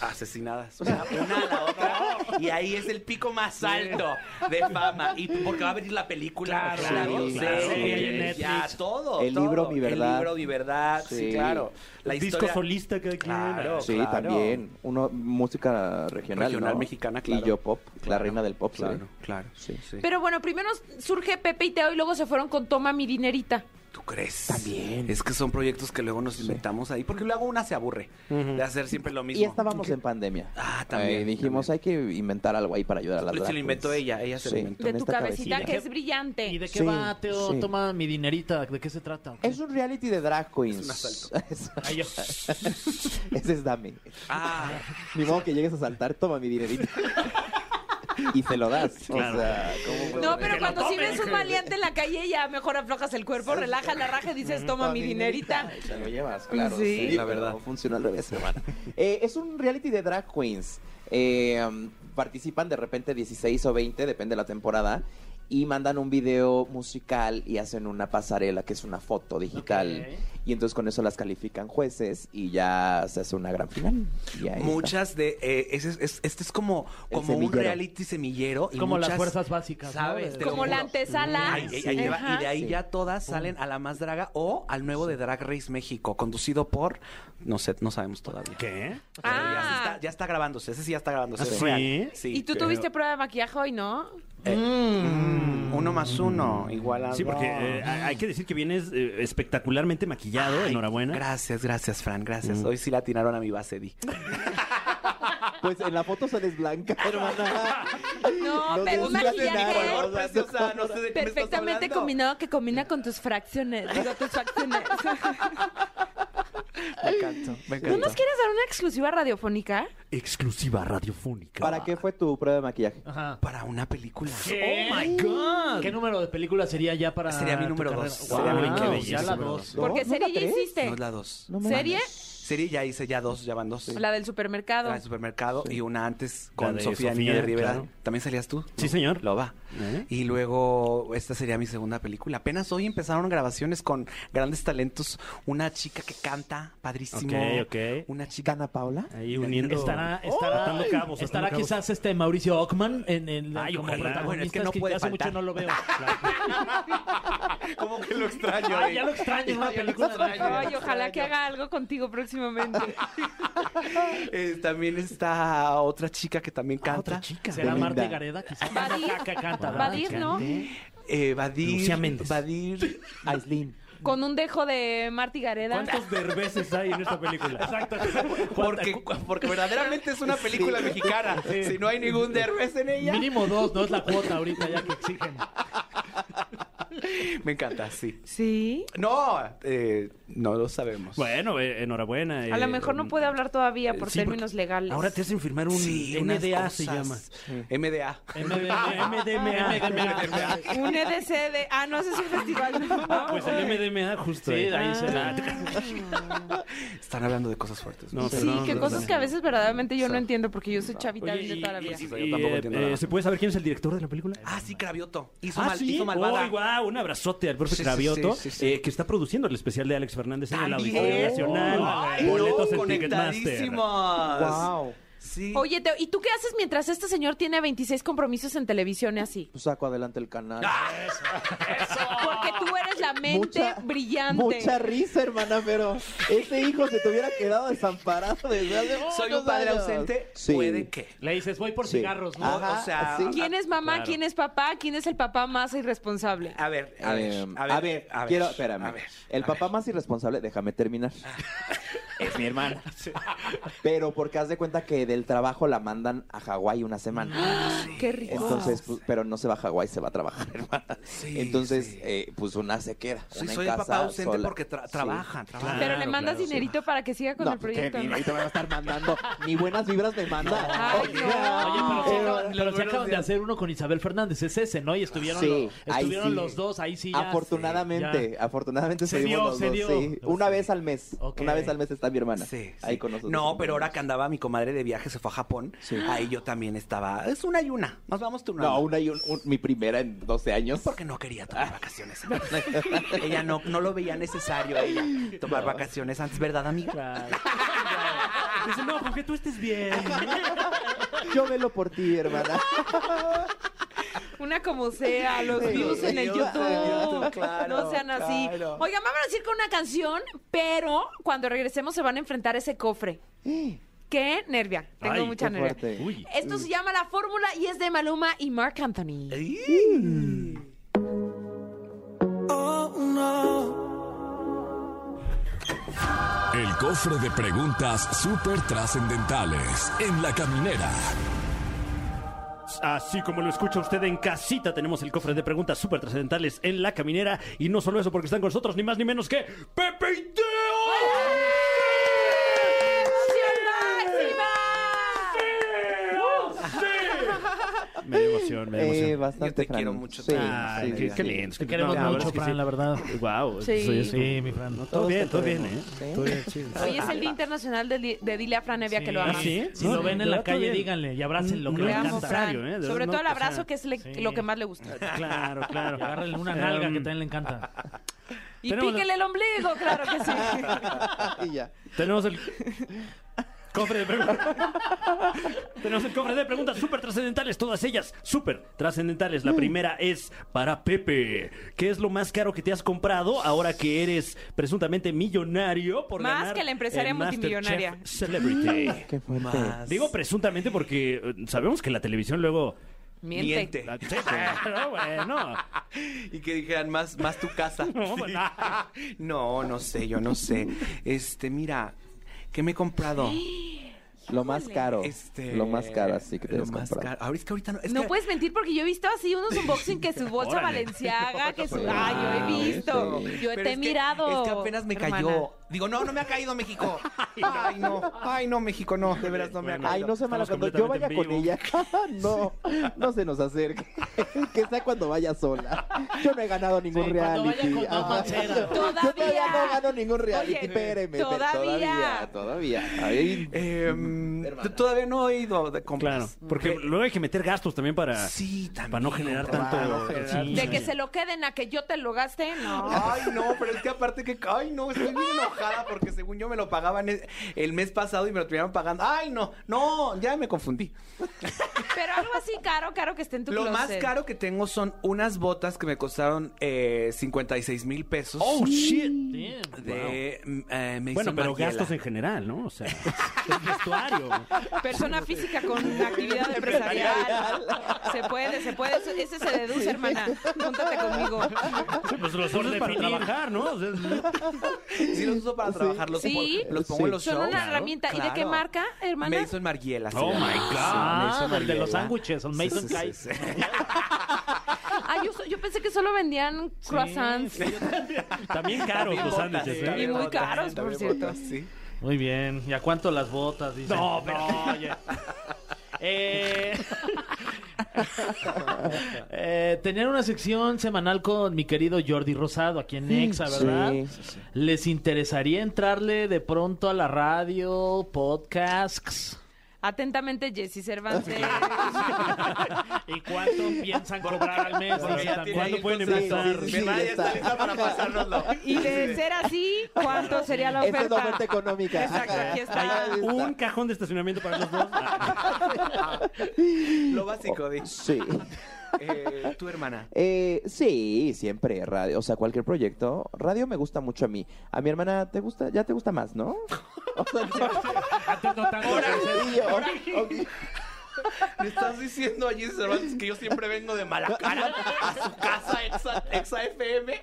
Speaker 5: Asesinadas. Una, una a la otra. Y ahí es el pico más alto de fama. Y porque va a venir la película,
Speaker 4: Claro,
Speaker 5: la
Speaker 4: sí,
Speaker 5: videoserie,
Speaker 4: claro.
Speaker 5: ya todo.
Speaker 6: El
Speaker 5: todo.
Speaker 6: libro, mi verdad.
Speaker 5: El libro, mi verdad. Sí,
Speaker 6: Sí.
Speaker 5: claro. La
Speaker 3: Disco
Speaker 5: historia-
Speaker 3: solista cada quien.
Speaker 5: Claro.
Speaker 6: Sí,
Speaker 5: Claro.
Speaker 6: también. Uno, música regional.
Speaker 5: Regional
Speaker 6: ¿no?
Speaker 5: mexicana, claro.
Speaker 6: Y yo pop, la reina del pop,
Speaker 5: Claro,
Speaker 6: sí.
Speaker 5: claro. Sí, sí.
Speaker 2: Pero bueno, primero surge Pepe y Teo y luego se fueron con Toma mi dinerita.
Speaker 5: ¿Tú crees? También. Es que son proyectos que luego nos inventamos ahí. Porque luego una se aburre de hacer siempre lo mismo.
Speaker 6: Y estábamos en pandemia.
Speaker 5: Ah, también,
Speaker 6: Eh, dijimos, hay que inventar algo ahí para ayudar a las
Speaker 5: Se lo
Speaker 6: drag
Speaker 5: inventó
Speaker 6: queens.
Speaker 5: ella, ella se lo inventó.
Speaker 2: De
Speaker 6: con
Speaker 2: tu
Speaker 6: esta
Speaker 2: cabecita,
Speaker 6: cabecilla.
Speaker 2: que es brillante.
Speaker 4: ¿Y de qué
Speaker 6: Sí,
Speaker 4: va, Teo?
Speaker 6: sí.
Speaker 4: Toma mi dinerita. ¿De qué se trata?
Speaker 6: Es un reality de drag queens.
Speaker 5: un asalto.
Speaker 6: [LAUGHS] Es-
Speaker 4: Ay, yo-
Speaker 6: Ese es Dami.
Speaker 5: Ah, [LAUGHS]
Speaker 6: Ni modo que llegues a saltar, toma mi dinerito. y se lo das. O sea, ¿cómo puede
Speaker 2: No,
Speaker 6: ser?
Speaker 2: pero cuando si ves un maleante en la calle, ya mejor aflojas el cuerpo, relajas la raja y dices, toma mi dinerita.
Speaker 6: Te lo llevas, claro.
Speaker 2: Sí.
Speaker 6: Sí, la verdad. Funciona al revés, hermano. Eh, es un reality de drag queens. Eh, um, participan de repente 16 o 20, depende de la temporada. Y mandan un video musical y hacen una pasarela que es una foto digital. Y entonces con eso las califican jueces y ya se hace una gran final. Y ahí está.
Speaker 5: Muchas de. eh, ese es- es- este es como,
Speaker 6: El
Speaker 5: como un
Speaker 6: semillero.
Speaker 5: reality semillero. y
Speaker 4: Como las
Speaker 5: muchas-
Speaker 4: fuerzas básicas, ¿no?
Speaker 5: ¿Sabes?
Speaker 4: De-
Speaker 5: Te lo
Speaker 2: Como la
Speaker 5: juro.
Speaker 2: antesala.
Speaker 5: Ay, ay, ay,
Speaker 2: Ajá.
Speaker 5: Y de ahí
Speaker 6: Sí.
Speaker 5: ya todas salen a la más draga o al nuevo de Drag Race México, conducido por. No sé, no sabemos todavía.
Speaker 3: ¿Qué?
Speaker 5: Pero ya, se
Speaker 2: Ah.
Speaker 5: está, ya está grabándose, ese sí ya está grabándose.
Speaker 3: ¿Ah,
Speaker 5: es
Speaker 3: sí?
Speaker 5: real.
Speaker 2: Y tú tuviste prueba de maquillaje hoy, ¿no?
Speaker 5: Eh,
Speaker 2: Mm.
Speaker 5: Uno más
Speaker 6: Mm.
Speaker 5: uno, igual a
Speaker 6: Ah,
Speaker 3: Sí, porque
Speaker 5: dos.
Speaker 3: eh, hay hay que decir que vienes eh, espectacularmente maquillado,
Speaker 5: Ay,
Speaker 3: enhorabuena.
Speaker 5: Gracias, gracias, Fran,
Speaker 6: Mm.
Speaker 5: gracias. Hoy sí la atinaron a mi base, di.
Speaker 6: Pues en la foto sales blanca, [LAUGHS] hermana.
Speaker 2: No,
Speaker 6: No
Speaker 2: pero
Speaker 6: sé
Speaker 2: un
Speaker 6: si hace
Speaker 2: maquillaje
Speaker 6: nada, ¿no?
Speaker 2: perfectamente combinado que combina con tus fracciones. Digo, tus facciones.
Speaker 5: Me encantó, me encantó.
Speaker 2: ¿No nos quieres dar una exclusiva radiofónica?
Speaker 3: Exclusiva radiofónica.
Speaker 6: ¿Para qué fue tu prueba de maquillaje?
Speaker 4: Ajá.
Speaker 5: Para una película.
Speaker 4: Oh my God. ¿Qué número de película sería ya para.?
Speaker 5: Sería mi
Speaker 4: tu
Speaker 5: número
Speaker 4: carrera?
Speaker 5: dos.
Speaker 4: Wow,
Speaker 5: Sería mi número
Speaker 3: dos.
Speaker 4: Ya la
Speaker 3: Número
Speaker 4: dos.
Speaker 6: dos.
Speaker 2: Porque
Speaker 6: ¿No es la
Speaker 2: serie ya
Speaker 6: tres?
Speaker 2: hiciste.
Speaker 5: No es la dos.
Speaker 6: No me
Speaker 2: ¿Serie?
Speaker 5: Serie ya hice ya dos, ya van dos.
Speaker 2: La del supermercado.
Speaker 5: La del supermercado y una antes con
Speaker 3: de
Speaker 5: Sofía,
Speaker 3: Sofía,
Speaker 5: Niño de Rivera.
Speaker 3: claro.
Speaker 5: ¿También salías tú?
Speaker 3: Sí, señor.
Speaker 5: Lo va.
Speaker 3: ¿Eh?
Speaker 5: Y luego esta sería mi segunda película. Apenas hoy empezaron grabaciones con grandes talentos. Una chica que canta, padrísimo.
Speaker 3: Ok, ok.
Speaker 5: Una chica. Ana Paula. [LAUGHS]
Speaker 3: Ahí uniendo.
Speaker 4: Estará,
Speaker 3: Ay.
Speaker 4: estará,
Speaker 3: Atando cabos,
Speaker 4: Oh, estará
Speaker 3: atando
Speaker 4: quizás este Mauricio Ockman en el
Speaker 3: Ay,
Speaker 4: como
Speaker 3: ojalá.
Speaker 4: protagonista.
Speaker 5: Bueno, es que no puede
Speaker 4: hace
Speaker 5: faltar.
Speaker 4: mucho no lo veo.
Speaker 3: [LAUGHS]
Speaker 5: Como que lo
Speaker 3: Ah,
Speaker 5: extraño.
Speaker 4: Ay, Ah, ya lo extraño en una película.
Speaker 2: Ay, ojalá que haga algo contigo próximamente.
Speaker 5: Eh, también está otra chica que también canta.
Speaker 3: Ah, otra chica.
Speaker 4: Será
Speaker 6: Belinda.
Speaker 4: Marta Gareda
Speaker 2: [LAUGHS]
Speaker 4: quizás.
Speaker 2: Badir.
Speaker 4: Que canta, ¿verdad?
Speaker 2: Badir, ¿no?
Speaker 5: Eh, Badir.
Speaker 3: Lucía Méndez.
Speaker 5: Badir.
Speaker 6: Aislin.
Speaker 2: Con un dejo de Marty Gareda.
Speaker 3: ¿Cuántos derbeces hay en esta película? Exacto.
Speaker 5: Porque, porque verdaderamente es
Speaker 3: [LAUGHS]
Speaker 5: una película mexicana. Si no hay ningún derbez en ella.
Speaker 4: Mínimo dos, no es la cuota ahorita ya que exigen.
Speaker 5: Me encanta, sí.
Speaker 2: Sí.
Speaker 5: No, eh, no lo sabemos.
Speaker 3: Bueno, eh, enhorabuena.
Speaker 2: A
Speaker 3: eh,
Speaker 2: lo mejor no puede hablar todavía por
Speaker 3: sí,
Speaker 2: términos
Speaker 3: porque
Speaker 2: legales.
Speaker 3: Ahora te hacen firmar un
Speaker 5: Sí, unas
Speaker 3: NDA, se llama.
Speaker 5: cosas. MDA.
Speaker 4: MDMA. MDMA.
Speaker 2: [LAUGHS] Un EDC de... Ah, no, ese es un festival. ¿no?
Speaker 3: [LAUGHS] Pues el MDMA justo.
Speaker 4: Sí,
Speaker 3: ahí.
Speaker 4: de ahí
Speaker 2: Ah,
Speaker 4: será.
Speaker 5: Están hablando de cosas fuertes.
Speaker 3: No,
Speaker 2: Sí,
Speaker 3: perdón,
Speaker 2: que
Speaker 3: perdón.
Speaker 2: cosas que a veces verdaderamente yo no entiendo porque yo soy chavita
Speaker 3: Oye,
Speaker 2: bien de
Speaker 3: y-
Speaker 2: toda la vida.
Speaker 3: y-
Speaker 5: Sí, sí, yo
Speaker 3: y,
Speaker 5: tampoco
Speaker 3: eh,
Speaker 5: entiendo
Speaker 3: eh,
Speaker 5: nada.
Speaker 3: ¿Se puede saber quién es el director de la película?
Speaker 5: Ah, sí, Cravioto. Hizo,
Speaker 3: Ah,
Speaker 5: mal,
Speaker 3: ¿sí?
Speaker 5: hizo malvada.
Speaker 3: Uy, guau, un abrazote al profe
Speaker 5: Sí, sí,
Speaker 3: Cravioto,
Speaker 5: sí, sí, sí.
Speaker 3: eh, que está produciendo el especial de Alex Fernández en el
Speaker 5: También.
Speaker 3: Auditorio Nacional.
Speaker 5: Ay,
Speaker 3: boletos
Speaker 5: no,
Speaker 3: en Ticketmaster.
Speaker 5: conectadísimos.
Speaker 6: Wow.
Speaker 5: Sí.
Speaker 2: Oye, Teo, ¿y tú qué haces mientras este señor tiene 26 compromisos en televisión y así?
Speaker 6: Pues saco adelante el canal.
Speaker 2: Porque tú eres la mente brillante.
Speaker 6: Mucha risa, hermana, pero este hijo se te hubiera quedado desamparado desde hace
Speaker 5: soy
Speaker 6: muchos
Speaker 5: un padre
Speaker 6: años.
Speaker 5: ausente.
Speaker 6: Sí.
Speaker 5: Puede que.
Speaker 4: Le dices, voy por
Speaker 6: Sí.
Speaker 4: cigarros, ¿no?
Speaker 6: Ajá,
Speaker 5: o sea,
Speaker 6: sí.
Speaker 2: ¿Quién es mamá?
Speaker 3: Claro. Ah,
Speaker 2: ¿Quién es papá? ¿Quién es el papá más irresponsable?
Speaker 5: A ver, a ver,
Speaker 6: Eh,
Speaker 5: a ver, a ver,
Speaker 6: quiero, espérame.
Speaker 5: a ver,
Speaker 6: el
Speaker 5: a
Speaker 6: papá
Speaker 5: ver. Ah.
Speaker 6: más irresponsable, déjame terminar. es mi hermana. Pero porque haz de cuenta que del trabajo la mandan a Hawái una
Speaker 5: ¡Ah!
Speaker 6: semana.
Speaker 2: Qué rico.
Speaker 6: Entonces, pues, pero no se va a Hawái, se va a trabajar, [LAUGHS] hermana.
Speaker 5: Sí,
Speaker 6: Entonces,
Speaker 5: sí.
Speaker 6: eh, pues una se queda.
Speaker 5: Sí,
Speaker 6: una en
Speaker 5: soy el papá
Speaker 6: casa
Speaker 5: ausente
Speaker 6: sola.
Speaker 5: porque tra-
Speaker 6: Sí.
Speaker 5: trabajan, trabajan.
Speaker 2: Pero le
Speaker 3: Claro,
Speaker 2: mandas
Speaker 3: claro, sí.
Speaker 2: dinerito para que siga con
Speaker 6: No, pues,
Speaker 2: el proyecto.
Speaker 6: ¿qué?
Speaker 2: ¿no?
Speaker 6: Ni- ahorita me va a estar mandando. Ni buenas vibras me manda.
Speaker 2: Ay, no.
Speaker 4: Oye, pero se acaban, pero se
Speaker 5: buenos
Speaker 4: acaban de
Speaker 5: días.
Speaker 4: hacer uno con Isabel Fernández, es ese, ¿no? Y estuvieron,
Speaker 6: Sí,
Speaker 4: los,
Speaker 6: ahí
Speaker 4: estuvieron
Speaker 6: sí.
Speaker 4: los dos, ahí sí. ya.
Speaker 6: Afortunadamente, afortunadamente
Speaker 4: Se
Speaker 6: se
Speaker 4: dio,
Speaker 6: los
Speaker 4: se
Speaker 6: dos,
Speaker 4: dio.
Speaker 6: sí. Una
Speaker 4: Sí.
Speaker 6: vez al mes.
Speaker 4: Ok.
Speaker 6: Una vez al mes está mi hermana.
Speaker 5: Sí,
Speaker 6: Ahí
Speaker 5: sí.
Speaker 6: con nosotros.
Speaker 5: No, pero ahora que andaba mi comadre de viaje, se fue a Japón. Ahí yo también estaba. Es una y una. Nos vamos turnando.
Speaker 6: No, una y un- un- mi primera en 12 años.
Speaker 5: Porque no quería tomar
Speaker 6: [LAUGHS]
Speaker 5: vacaciones. ella no, no lo veía necesario a ella tomar vacaciones antes, ¿verdad, amiga?
Speaker 3: Dice, no, porque tú estés bien.
Speaker 6: Yo velo por ti,
Speaker 5: [LAUGHS]
Speaker 6: hermana.
Speaker 2: Una como sea, los
Speaker 6: Sí,
Speaker 2: views en el
Speaker 6: views
Speaker 2: YouTube.
Speaker 6: en el YouTube, claro,
Speaker 2: no sean así.
Speaker 6: claro.
Speaker 2: Oigan, vamos a ir con una canción, pero cuando regresemos se van a enfrentar ese cofre. Qué nervia. Tengo
Speaker 3: Ay,
Speaker 2: mucha
Speaker 6: qué
Speaker 2: nervia.
Speaker 6: fuerte.
Speaker 3: Uy.
Speaker 2: Esto se llama La Fórmula y es de Maluma y Mark Anthony.
Speaker 1: El cofre de preguntas súper trascendentales en la caminera.
Speaker 3: Así como lo escucha usted en casita, tenemos el cofre de preguntas súper trascendentales en la caminera. Y no solo eso, porque están con nosotros ni más ni menos que Pepe y Teo.
Speaker 2: ¡Emoción máxima!
Speaker 3: ¡Sí! Me dio emoción, me dio
Speaker 6: Eh,
Speaker 3: emoción.
Speaker 6: bastante
Speaker 5: Yo te quiero
Speaker 6: Fran.
Speaker 5: mucho
Speaker 6: Sí,
Speaker 5: también.
Speaker 3: Ay,
Speaker 6: sí,
Speaker 3: qué,
Speaker 6: sí.
Speaker 3: qué lindo. es que
Speaker 4: Te queremos
Speaker 3: no, la
Speaker 4: mucho,
Speaker 3: verdad es
Speaker 4: Fran, la verdad.
Speaker 3: que sí. Wow.
Speaker 2: Sí.
Speaker 3: soy- es-
Speaker 4: Sí, mi Fran.
Speaker 3: Todo
Speaker 6: Todos
Speaker 3: bien,
Speaker 6: te
Speaker 3: todo bien, ¿eh?
Speaker 6: queremos, ¿sí?
Speaker 3: Todo bien, sí.
Speaker 2: Hoy es el Día Internacional de, Di- de Dile a Fran Evia que lo
Speaker 4: Sí.
Speaker 2: amas.
Speaker 3: ¿Ah, sí?
Speaker 4: Si
Speaker 3: No,
Speaker 4: lo ven en
Speaker 3: yo
Speaker 4: la
Speaker 3: todo
Speaker 4: calle,
Speaker 3: bien.
Speaker 4: díganle y abrácenlo, que
Speaker 3: No,
Speaker 4: le
Speaker 2: Le
Speaker 3: al
Speaker 2: amo,
Speaker 4: encanta.
Speaker 2: Fran.
Speaker 3: contrario, ¿eh? De verdad,
Speaker 2: Sobre
Speaker 3: no,
Speaker 2: todo el
Speaker 3: o sea,
Speaker 2: abrazo, que es le-
Speaker 4: sí.
Speaker 2: lo que más le gusta.
Speaker 3: Claro, claro.
Speaker 4: Y agárrenle una nalga
Speaker 3: Em,
Speaker 4: que también le encanta.
Speaker 2: Y
Speaker 3: Tenemos-
Speaker 2: píquele el ombligo, claro que sí.
Speaker 6: [LAUGHS]
Speaker 3: [LAUGHS]
Speaker 6: Y ya.
Speaker 3: Tenemos el [LAUGHS] cofre de preguntas. [LAUGHS] Tenemos el cofre de preguntas súper trascendentales, todas ellas súper trascendentales. La primera es para Pepe. ¿Qué es lo más caro que te has comprado ahora que eres presuntamente millonario por
Speaker 2: Más
Speaker 3: ganar
Speaker 2: que la empresaria
Speaker 3: en MasterChef
Speaker 2: multimillonaria.
Speaker 3: Celebrity.
Speaker 6: Qué fuerte. [LAUGHS]
Speaker 3: Digo presuntamente porque eh, sabemos que la televisión luego...
Speaker 2: Miente.
Speaker 5: Miente.
Speaker 3: Ah, sí, claro, bueno.
Speaker 5: Y que dijeran más, más tu
Speaker 2: [LAUGHS]
Speaker 5: casa.
Speaker 3: No,
Speaker 2: pues,
Speaker 5: Sí.
Speaker 3: no.
Speaker 5: [LAUGHS] No, no sé, yo no sé. Este, mira, ¿qué me he comprado?
Speaker 6: Lo más caro.
Speaker 5: Este,
Speaker 6: Lo más caro, así que te
Speaker 5: lo
Speaker 6: has
Speaker 5: más
Speaker 6: comprado.
Speaker 5: caro. Ahorita que ahorita no. es
Speaker 2: No
Speaker 5: que-
Speaker 2: puedes mentir porque yo he visto así
Speaker 5: [LAUGHS]
Speaker 2: unos unboxing que su bolsa
Speaker 3: Órale.
Speaker 2: valenciaga, que su...
Speaker 6: Sí.
Speaker 2: Ay, yo he visto.
Speaker 6: Sí.
Speaker 2: Yo
Speaker 5: Ah, Pero
Speaker 2: te he
Speaker 5: es que-
Speaker 2: mirado.
Speaker 5: Es que apenas me cayó.
Speaker 2: hermana.
Speaker 5: Digo, no, no me ha
Speaker 2: [LAUGHS]
Speaker 5: caído México. Ay, no. Ay, no, México, no. De veras no me ha
Speaker 3: Bueno.
Speaker 6: Ay,
Speaker 5: caído.
Speaker 6: no se mala
Speaker 3: Estamos
Speaker 6: cuando yo vaya
Speaker 3: completamente
Speaker 6: con
Speaker 3: en
Speaker 6: ella. [LAUGHS] no, no se nos acerque. [LAUGHS] que sea cuando vaya sola. Yo no he ganado ningún
Speaker 4: Sí, cuando vaya
Speaker 6: reality.
Speaker 4: con dos
Speaker 6: Ajá.
Speaker 4: mancheras.
Speaker 6: Yo todavía
Speaker 2: Todavía.
Speaker 6: no gano ningún reality.
Speaker 2: Oye,
Speaker 6: Espéreme, pero
Speaker 2: todavía.
Speaker 6: todavía. Todavía. Ay,
Speaker 5: Em,
Speaker 6: Hermana.
Speaker 5: todavía no he ido de
Speaker 3: Claro,
Speaker 5: compras.
Speaker 3: porque
Speaker 5: Pe-
Speaker 3: luego hay que meter gastos también para...
Speaker 5: Sí, también.
Speaker 3: Para no generar
Speaker 5: comprar.
Speaker 3: tanto... sí.
Speaker 2: De que se lo queden a que yo te lo gaste, no.
Speaker 5: [LAUGHS] Ay, no, pero es que aparte que. Ay, no, estoy bien enojada porque según yo me lo pagaban el- el mes pasado y me lo tuvieron pagando. Ay, no, no, ya me confundí.
Speaker 2: Pero algo así caro, caro que esté en tu
Speaker 5: Lo más
Speaker 2: closet.
Speaker 5: caro que tengo son unas botas que me costaron eh, 56 mil pesos.
Speaker 3: Oh, shit.
Speaker 4: Damn.
Speaker 5: de mm, eh, Maison
Speaker 3: Bueno, pero
Speaker 5: Margiela.
Speaker 3: gastos en general, ¿no? O sea, [LAUGHS] el vestuario.
Speaker 2: Persona física
Speaker 5: [LAUGHS]
Speaker 2: con actividad empresarial. se puede, se puede. eso- Ese se deduce, hermana. Júntate conmigo.
Speaker 3: Sí, pues los usas para
Speaker 4: definir.
Speaker 3: trabajar, ¿no? O sea,
Speaker 5: Sí, los uso para trabajar, los,
Speaker 2: Sí.
Speaker 5: pongo, los pongo en los
Speaker 2: Son
Speaker 5: shows.
Speaker 2: una herramienta. ¿Y de qué marca, hermana?
Speaker 5: Mason Margiela. se
Speaker 3: Oh,
Speaker 5: llama.
Speaker 3: my God.
Speaker 5: Sí,
Speaker 4: Ah,
Speaker 5: Maison
Speaker 4: del de los
Speaker 5: Margiela.
Speaker 4: sándwiches, son Mason
Speaker 5: Sí, sí,
Speaker 4: Kai.
Speaker 5: sí,
Speaker 2: Ah, yo, so- yo pensé que solo vendían croissants.
Speaker 3: también caros los
Speaker 5: botas,
Speaker 3: sándwiches, ¿eh?
Speaker 5: sí,
Speaker 2: Y
Speaker 5: también
Speaker 2: muy
Speaker 5: botas,
Speaker 2: caros, por
Speaker 5: también
Speaker 2: cierto.
Speaker 5: botas, sí.
Speaker 4: Muy bien. ¿Y a cuánto las botas? Dice?
Speaker 3: No, pero-
Speaker 4: oye. Eh... [LAUGHS] eh, tenían una sección semanal con mi querido Jordi Rosado aquí en Nexa, ¿verdad?
Speaker 6: Sí.
Speaker 4: ¿Les interesaría entrarle de pronto a la radio, podcasts?
Speaker 2: Atentamente, Jessy Cervantes.
Speaker 4: [LAUGHS] ¿Y cuánto piensan cobrar al mes?
Speaker 5: Porque
Speaker 4: Dice,
Speaker 5: ya tiene ahí
Speaker 4: ¿Cuánto
Speaker 5: el
Speaker 4: pueden
Speaker 5: concepto.
Speaker 4: empezar?
Speaker 6: Sí, sí, sí.
Speaker 5: ¿Verdad? Ya está lista para [LAUGHS] pasárnoslo.
Speaker 2: Y de ser así, ¿cuánto sería la
Speaker 6: Esta es la oferta
Speaker 2: oferta?
Speaker 6: económica.
Speaker 2: Exacto,
Speaker 6: Ajá.
Speaker 2: aquí está.
Speaker 6: Ahí está.
Speaker 3: Un cajón de estacionamiento para los dos. Ah,
Speaker 5: Lo básico, de
Speaker 6: Sí.
Speaker 5: eh, tu hermana.
Speaker 6: Eh, sí, siempre radio, o sea, cualquier proyecto. Radio me gusta mucho a mí. A mi hermana te gusta, ya te gusta más, ¿no? [LAUGHS] O sea,
Speaker 4: Antes no tanto, pero-
Speaker 6: sí, yo- ok.
Speaker 5: Le estás diciendo a Jesse Cervantes que yo siempre vengo de mala cara a su casa, Exa, Exa FM.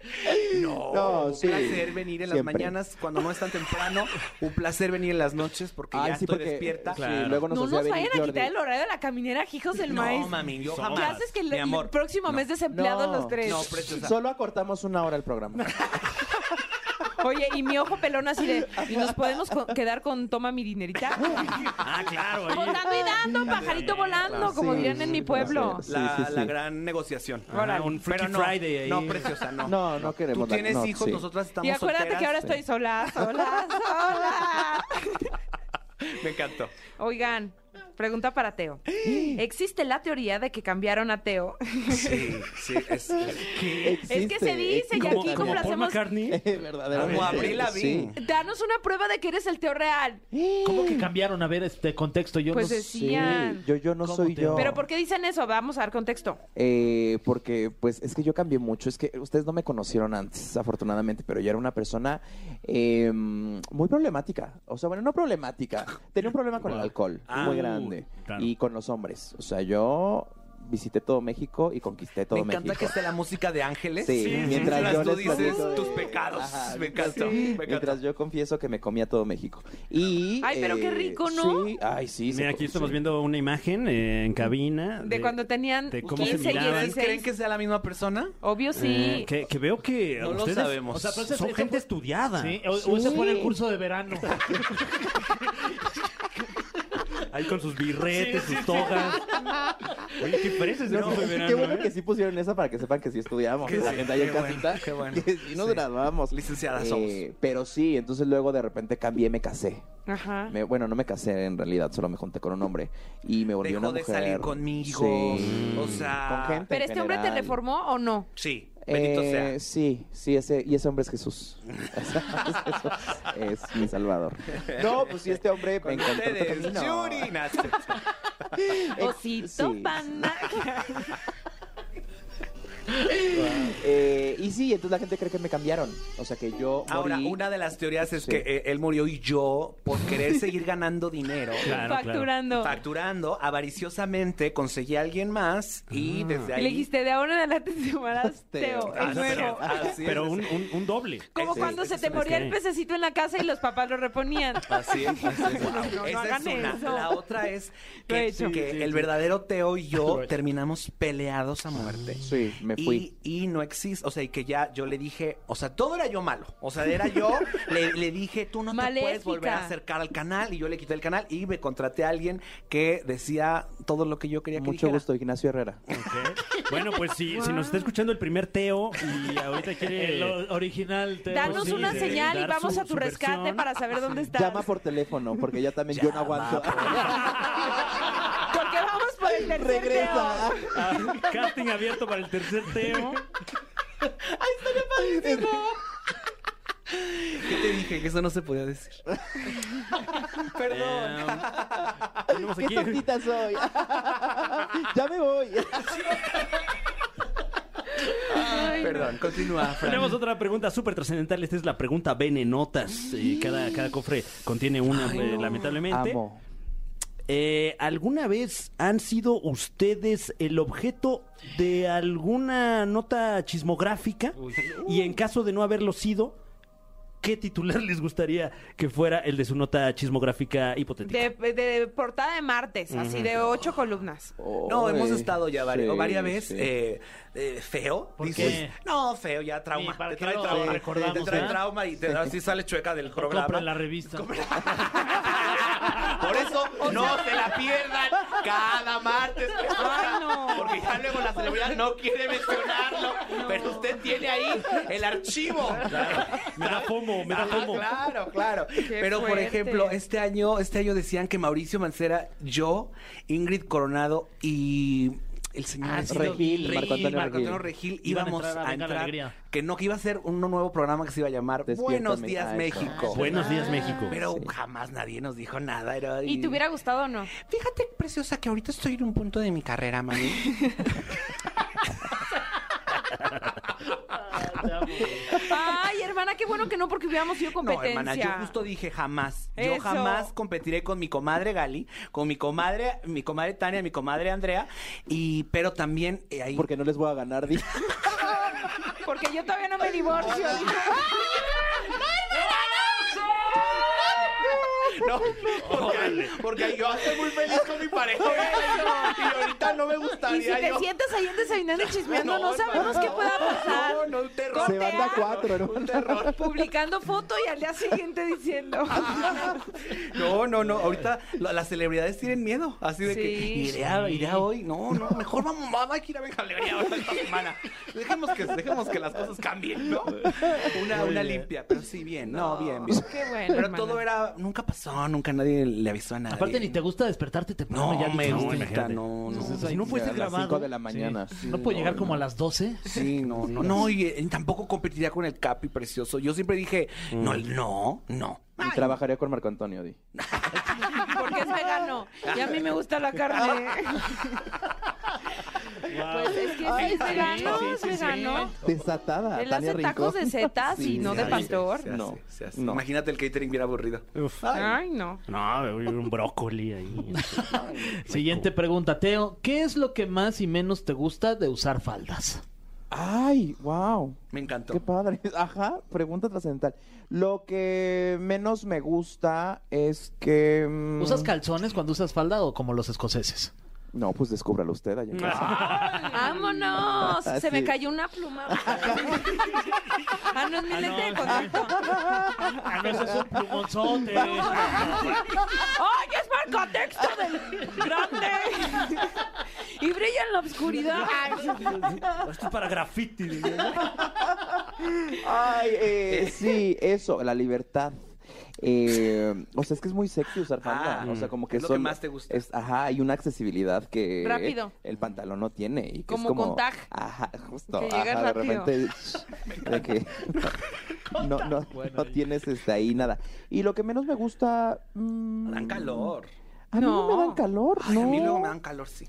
Speaker 5: No,
Speaker 6: No, sí,
Speaker 5: un placer venir en las
Speaker 6: siempre.
Speaker 5: mañanas cuando no es tan temprano. Un placer venir en las noches porque
Speaker 6: Ay,
Speaker 5: ya
Speaker 6: sí,
Speaker 5: estoy
Speaker 6: porque-
Speaker 5: despierta.
Speaker 6: sí, luego nos
Speaker 2: No
Speaker 6: hacía
Speaker 2: nos vayan
Speaker 6: venir
Speaker 2: a
Speaker 6: Jordi.
Speaker 2: quitar el horario de la caminera, hijos del maíz.
Speaker 5: No, mami, yo
Speaker 2: ¿Qué
Speaker 5: jamás.
Speaker 2: haces que el,
Speaker 5: Mi
Speaker 2: el
Speaker 5: amor,
Speaker 2: próximo
Speaker 5: no.
Speaker 2: mes desempleados
Speaker 6: No.
Speaker 2: los tres?
Speaker 5: No, preciosa.
Speaker 6: Solo acortamos una hora el programa.
Speaker 2: Oye, y mi ojo pelón así de, ¿y nos podemos co- quedar con toma mi dinerita?
Speaker 3: ah, claro. ahí.
Speaker 2: Votando y dando, pajarito volando, como
Speaker 6: Sí,
Speaker 2: dirían en
Speaker 6: sí,
Speaker 2: mi pueblo.
Speaker 6: gracias.
Speaker 5: la,
Speaker 6: Sí, sí, sí.
Speaker 5: la gran negociación.
Speaker 3: Ahora, un Freaky
Speaker 5: Pero no,
Speaker 3: Friday ahí.
Speaker 5: [LAUGHS] no, preciosa, no.
Speaker 6: No, no
Speaker 5: Tú
Speaker 6: queremos dar-
Speaker 5: tienes
Speaker 6: no,
Speaker 5: hijos,
Speaker 6: sí.
Speaker 5: nosotras estamos
Speaker 2: Y acuérdate
Speaker 5: solteras.
Speaker 2: que ahora estoy sola, sola, sola.
Speaker 5: Me
Speaker 6: [LAUGHS]
Speaker 5: encantó.
Speaker 2: Oigan, pregunta para Teo. ¿Existe la teoría de que cambiaron a Teo?
Speaker 5: Sí, sí, es...
Speaker 2: es que se
Speaker 6: Existe,
Speaker 2: dice, y
Speaker 6: existe.
Speaker 3: Como-
Speaker 2: aquí
Speaker 3: como Paul
Speaker 2: complacemos...
Speaker 3: McCartney.
Speaker 6: Eh, [LAUGHS] Verdaderamente.
Speaker 5: Como Abril
Speaker 6: sí.
Speaker 5: Lavigne.
Speaker 2: Danos una prueba de que eres el Teo real.
Speaker 4: ¿Cómo que cambiaron? A ver, este contexto. Yo
Speaker 2: Pues
Speaker 4: no
Speaker 2: es-
Speaker 4: sé.
Speaker 6: Sí,
Speaker 2: Decían.
Speaker 6: yo, yo no
Speaker 4: ¿Cómo
Speaker 6: soy
Speaker 4: te-
Speaker 6: yo.
Speaker 2: Pero ¿por qué dicen eso? Vamos a dar contexto.
Speaker 6: Eh, porque, pues, es que yo cambié mucho. Es que ustedes no me conocieron antes, afortunadamente, pero yo era una persona eh, muy problemática. O sea, bueno, no problemática. Tenía un problema con el alcohol,
Speaker 3: Ah,
Speaker 6: muy grande.
Speaker 3: claro.
Speaker 6: Y con los hombres. O sea, yo visité todo México y conquisté todo
Speaker 5: Me encanta que
Speaker 6: México.
Speaker 5: esté la música de Ángeles.
Speaker 6: Sí, mientras yo
Speaker 5: tú
Speaker 6: les
Speaker 5: dices
Speaker 6: platico de-
Speaker 5: tus pecados.
Speaker 6: Ajá,
Speaker 5: me
Speaker 6: mientras-
Speaker 5: encanta, me encanta.
Speaker 6: Mientras yo confieso que me comía todo México. Y, eh,
Speaker 2: Ay, pero qué rico, ¿no?
Speaker 6: Sí, ay, sí. se-
Speaker 3: Mira, aquí estamos
Speaker 6: sí.
Speaker 3: viendo una imagen eh, en cabina.
Speaker 2: De cuando tenían
Speaker 3: de eh, cómo se
Speaker 2: 15 y
Speaker 3: miraban.
Speaker 2: 16.
Speaker 5: ¿Ustedes creen que sea la misma persona?
Speaker 2: Obvio
Speaker 3: Eh,
Speaker 2: sí.
Speaker 3: que, que veo que
Speaker 5: No lo
Speaker 3: ustedes
Speaker 5: sabemos.
Speaker 3: o sea, pero ese-
Speaker 4: Son
Speaker 3: ese
Speaker 4: gente
Speaker 3: fue- estudiada.
Speaker 4: Sí, o, o ese fue en el curso de verano.
Speaker 3: Ahí con sus birretes,
Speaker 2: [LAUGHS]
Speaker 3: sus togas. Oye, qué
Speaker 5: [LAUGHS]
Speaker 3: fresas
Speaker 6: No,
Speaker 3: tenemos de
Speaker 6: pues, qué
Speaker 3: verano,
Speaker 6: bueno
Speaker 3: ¿eh?
Speaker 6: que sí pusieron esa para que sepan que sí estudiamos.
Speaker 5: Que
Speaker 6: la
Speaker 5: sí,
Speaker 6: gente ahí en
Speaker 5: qué bueno,
Speaker 6: casita.
Speaker 5: qué
Speaker 6: [LAUGHS]
Speaker 5: bueno.
Speaker 6: Que sí nos
Speaker 5: Sí.
Speaker 6: graduamos.
Speaker 5: Licenciadas
Speaker 6: Eh,
Speaker 5: somos.
Speaker 6: Pero sí, entonces luego de repente cambié, me casé.
Speaker 2: Ajá.
Speaker 6: Me- bueno, no me casé en realidad, solo me junté con un hombre. Y me volví
Speaker 5: Dejó
Speaker 6: una
Speaker 5: de
Speaker 6: mujer.
Speaker 5: salir conmigo. Mm.
Speaker 6: Sí.
Speaker 5: O sea.
Speaker 6: Con gente.
Speaker 2: ¿Pero este hombre te
Speaker 6: general.
Speaker 2: reformó o no?
Speaker 5: Sí, bendito
Speaker 6: Eh,
Speaker 5: sea.
Speaker 6: sí, sí, ese, y ese hombre
Speaker 5: [LAUGHS]
Speaker 6: es Jesús. [LAUGHS] Ese hombre es Jesús. Es mi salvador. No, pues sí, este hombre me
Speaker 5: Con
Speaker 6: encontró otro [LAUGHS]
Speaker 5: ustedes,
Speaker 6: camino.
Speaker 5: Yuri Nasty.
Speaker 6: Eh,
Speaker 2: Osito
Speaker 6: sí.
Speaker 2: pana.
Speaker 6: Eh, y sí, entonces la gente cree que me cambiaron. O sea que yo.
Speaker 5: Ahora,
Speaker 6: morí.
Speaker 5: una de las teorías es
Speaker 6: Sí.
Speaker 5: que eh, él murió y yo, por
Speaker 3: [LAUGHS]
Speaker 5: querer seguir ganando dinero,
Speaker 3: Claro, claro.
Speaker 2: facturando.
Speaker 5: facturando, avariciosamente conseguí a alguien más y
Speaker 3: Ah.
Speaker 5: desde
Speaker 2: Y
Speaker 5: ahí.
Speaker 2: le dijiste, de ahora en adelante te llamarás
Speaker 6: Teo.
Speaker 2: Teo.
Speaker 5: Ah,
Speaker 2: Es
Speaker 5: no, pero-
Speaker 2: nuevo.
Speaker 5: así es,
Speaker 3: Pero
Speaker 5: es-
Speaker 3: un, un- un doble.
Speaker 2: Como
Speaker 5: Sí,
Speaker 2: cuando se te
Speaker 3: es
Speaker 2: moría el
Speaker 3: que-
Speaker 2: pececito en la casa y los papás lo reponían.
Speaker 5: Así es. así es.
Speaker 2: [LAUGHS] no, no
Speaker 5: Esa es
Speaker 2: hagan
Speaker 5: una.
Speaker 2: eso.
Speaker 5: La otra es
Speaker 2: Lo he
Speaker 5: que,
Speaker 2: hecho.
Speaker 5: que
Speaker 3: Sí, sí,
Speaker 5: el
Speaker 3: sí.
Speaker 5: verdadero Teo y
Speaker 3: Lo
Speaker 5: yo
Speaker 3: he hecho.
Speaker 5: terminamos peleados a muerte.
Speaker 6: Sí, me fui.
Speaker 5: Y, y no existe, o sea, y que ya yo le dije, o sea, todo era yo malo. O sea, era
Speaker 6: [LAUGHS]
Speaker 5: yo, le, le dije, tú no te
Speaker 2: Maléfica.
Speaker 5: puedes volver a acercar al canal. Y yo le quité el canal y me contraté a alguien que decía todo lo que yo quería que
Speaker 6: Mucho
Speaker 5: dijera.
Speaker 6: gusto, Ignacio
Speaker 5: [LAUGHS]
Speaker 6: Herrera.
Speaker 3: Ok. Bueno, pues si, si nos está escuchando el primer Teo y ahorita quiere...
Speaker 4: El o- original. Teo.
Speaker 2: Danos
Speaker 3: sí,
Speaker 2: una
Speaker 3: sí,
Speaker 2: señal y
Speaker 3: dar
Speaker 2: vamos
Speaker 3: su-
Speaker 2: a tu
Speaker 3: su
Speaker 2: rescate
Speaker 3: versión.
Speaker 2: para saber dónde estás.
Speaker 6: Llama por teléfono, porque ya también yo no aguanto.
Speaker 2: Porque vamos por el
Speaker 5: pues.
Speaker 2: tercer
Speaker 6: [LAUGHS] Regresa.
Speaker 2: Teo.
Speaker 3: [LAUGHS] Casting abierto para el tercer Teo.
Speaker 5: ¿Qué te dije? Que eso no se podía
Speaker 6: [LAUGHS]
Speaker 5: decir. Perdón.
Speaker 3: Em, tenemos
Speaker 6: [LAUGHS] ¿Qué
Speaker 3: aquí...
Speaker 6: tontita soy? ya me voy.
Speaker 2: Ay, no.
Speaker 5: Perdón, continúa, Fran.
Speaker 3: Tenemos otra pregunta súper trascendental. Esta es la pregunta venenotas. Eh, cada, cada cofre contiene una, eh, lamentablemente.
Speaker 6: Amo.
Speaker 3: Eh, ¿Alguna vez han sido ustedes el objeto de alguna nota chismográfica? Y en caso de no haberlo sido, ¿qué titular les gustaría que fuera el de su nota chismográfica hipotética?
Speaker 2: De, de portada de martes, así de ocho columnas.
Speaker 5: No,
Speaker 6: Oy.
Speaker 5: hemos estado ya varias,
Speaker 6: Sí,
Speaker 5: varias veces
Speaker 6: sí.
Speaker 5: eh, eh, feo.
Speaker 4: ¿Por
Speaker 5: dices,
Speaker 4: qué?
Speaker 5: no, feo, ya trauma.
Speaker 4: Sí, ¿para
Speaker 5: te
Speaker 4: qué
Speaker 5: trae
Speaker 4: lo
Speaker 5: trauma.
Speaker 4: recordamos,
Speaker 5: te trae
Speaker 4: eh?
Speaker 5: trauma y te así sale chueca del programa.
Speaker 4: Compra la revista.
Speaker 5: Por eso no se la pierdan cada martes.
Speaker 2: Ay, no.
Speaker 5: Porque ya luego la celebridad no quiere mencionarlo. Pero usted tiene ahí el archivo.
Speaker 3: Me da fomo, me da
Speaker 5: Ah,
Speaker 3: fomo.
Speaker 5: claro, claro. Pero por
Speaker 2: fuerte.
Speaker 5: ejemplo, este año, este año decían que Mauricio Mancera, yo, Ingrid Coronado y el señor
Speaker 4: Ah,
Speaker 5: este-
Speaker 4: sí,
Speaker 6: Regil, Marco Antonio
Speaker 5: Marco Antonio Regil,
Speaker 4: Iban a
Speaker 5: íbamos
Speaker 4: entrar a
Speaker 5: a
Speaker 4: Venga la
Speaker 5: entrar,
Speaker 4: Alegría.
Speaker 5: que no, que iba a ser un nuevo programa que se iba a llamar
Speaker 6: Despiértame.
Speaker 5: Buenos Días
Speaker 6: Ah, eso.
Speaker 5: México.
Speaker 3: Buenos días, México.
Speaker 5: Pero
Speaker 6: Sí.
Speaker 5: jamás nadie nos dijo nada. era-
Speaker 2: ¿Y te hubiera gustado o no?
Speaker 5: Fíjate, preciosa, que ahorita estoy en un punto de mi
Speaker 2: [LAUGHS]
Speaker 5: carrera, mami.
Speaker 2: Ay, hermana, qué bueno que no, porque hubiéramos sido
Speaker 5: No,
Speaker 2: competencia.
Speaker 5: hermana, yo justo dije jamás. Yo
Speaker 2: Eso.
Speaker 5: jamás competiré con mi comadre Gali, con mi comadre, mi comadre Tania, mi comadre Andrea, y pero también eh, ahí.
Speaker 6: Porque no les voy a ganar. dije.
Speaker 2: Porque yo todavía no me divorcio.
Speaker 5: [LAUGHS] No, porque, porque yo estoy muy feliz con mi
Speaker 2: [LAUGHS]
Speaker 5: pareja. Y ahorita no me
Speaker 2: Y si
Speaker 5: gustaría
Speaker 2: te
Speaker 5: yo.
Speaker 2: sientas ahí en desayunando y chismeando, no,
Speaker 5: No,
Speaker 2: sabemos
Speaker 5: hermana,
Speaker 2: qué pueda
Speaker 5: no,
Speaker 2: pasar.
Speaker 5: no, no, un terror.
Speaker 6: Se van de a
Speaker 2: Cortea,
Speaker 6: cuatro, ¿no?
Speaker 5: Un terror.
Speaker 2: Publicando foto y al día siguiente diciendo.
Speaker 5: No, no, no. Ahorita lo- las celebridades tienen miedo. Así de que
Speaker 2: Sí.
Speaker 5: iré, a, iré a hoy. No, no, mejor vamos, vamos hay que ir a Venga Alegría ahora esta semana. Dejemos que, dejemos que las cosas cambien, ¿no? Una, una limpia, pero sí, bien. No, bien, bien.
Speaker 2: Qué bueno.
Speaker 5: Pero
Speaker 2: hermana.
Speaker 5: todo era, nunca pasó, nunca nadie le avisó a nadie.
Speaker 4: Aparte, ni te gusta despertarte temprano.
Speaker 5: No,
Speaker 4: ya
Speaker 5: me
Speaker 4: dijiste.
Speaker 5: gusta, no, no.
Speaker 4: Entonces, Si no fuese
Speaker 6: Pues A las
Speaker 4: grabado.
Speaker 6: cinco de la mañana.
Speaker 4: Sí. No puedo llegar como a las 12.
Speaker 5: Sí, no, no, no, y eh, tampoco competiría con el Capi precioso. Yo siempre dije, no, no, no.
Speaker 6: Y trabajaría con Marco Antonio, di.
Speaker 2: Porque es vegano. Y a mí me gusta la carne. Pues es que sí, es vegano, es vegano.
Speaker 6: Desatada.
Speaker 2: Él
Speaker 6: Tania
Speaker 2: hace tacos
Speaker 6: Rincón.
Speaker 2: de
Speaker 6: [LAUGHS]
Speaker 2: setas y no
Speaker 5: se
Speaker 2: de
Speaker 5: hace,
Speaker 2: pastor.
Speaker 5: se hace,
Speaker 6: No,
Speaker 5: se hace.
Speaker 6: no.
Speaker 5: Imagínate el catering bien aburrido.
Speaker 3: Uf.
Speaker 2: Ay, no.
Speaker 3: No, un brócoli ahí.
Speaker 4: Siguiente pregunta, Teo. ¿Qué es lo que más y menos te gusta de usar faldas?
Speaker 6: Ay, wow.
Speaker 5: Me encantó.
Speaker 6: Qué padre. [LAUGHS] Ajá, pregunta trascendental. Lo que menos me gusta es que. mm,
Speaker 4: ¿Usas calzones cuando usas falda o como los escoceses?
Speaker 6: No, pues descúbralo usted allá en
Speaker 5: [LAUGHS]
Speaker 6: casa.
Speaker 2: ¡Vámonos! Se me
Speaker 6: Sí.
Speaker 2: cayó una pluma. Ah, no, es mi lente de contacto.
Speaker 4: A veces es un plumonzote.
Speaker 2: ¡Oye, es para el contexto del grande y brilla en la oscuridad.
Speaker 3: Esto es para graffiti.
Speaker 6: Ay, eh, sí, eso, la libertad. Eh, o sea, es que es muy sexy usar falda.
Speaker 5: Ah,
Speaker 6: o sea, como que
Speaker 5: es lo que
Speaker 6: solo-
Speaker 5: más te gusta.
Speaker 6: es- ajá, hay una accesibilidad que
Speaker 2: Rápido.
Speaker 6: el pantalón no tiene. Y que
Speaker 2: Como
Speaker 6: es como
Speaker 2: con tag.
Speaker 6: Ajá, justo.
Speaker 2: Que llegas
Speaker 6: ajá, de
Speaker 2: rápido. [LAUGHS]
Speaker 6: repente. de que [LAUGHS] no, no, no tienes este, ahí nada. Y lo que menos me gusta. mm,
Speaker 5: Dan calor.
Speaker 6: A mí no,
Speaker 2: No.
Speaker 6: me dan calor.
Speaker 5: Ay,
Speaker 6: no.
Speaker 5: a mí luego me dan calor, sí.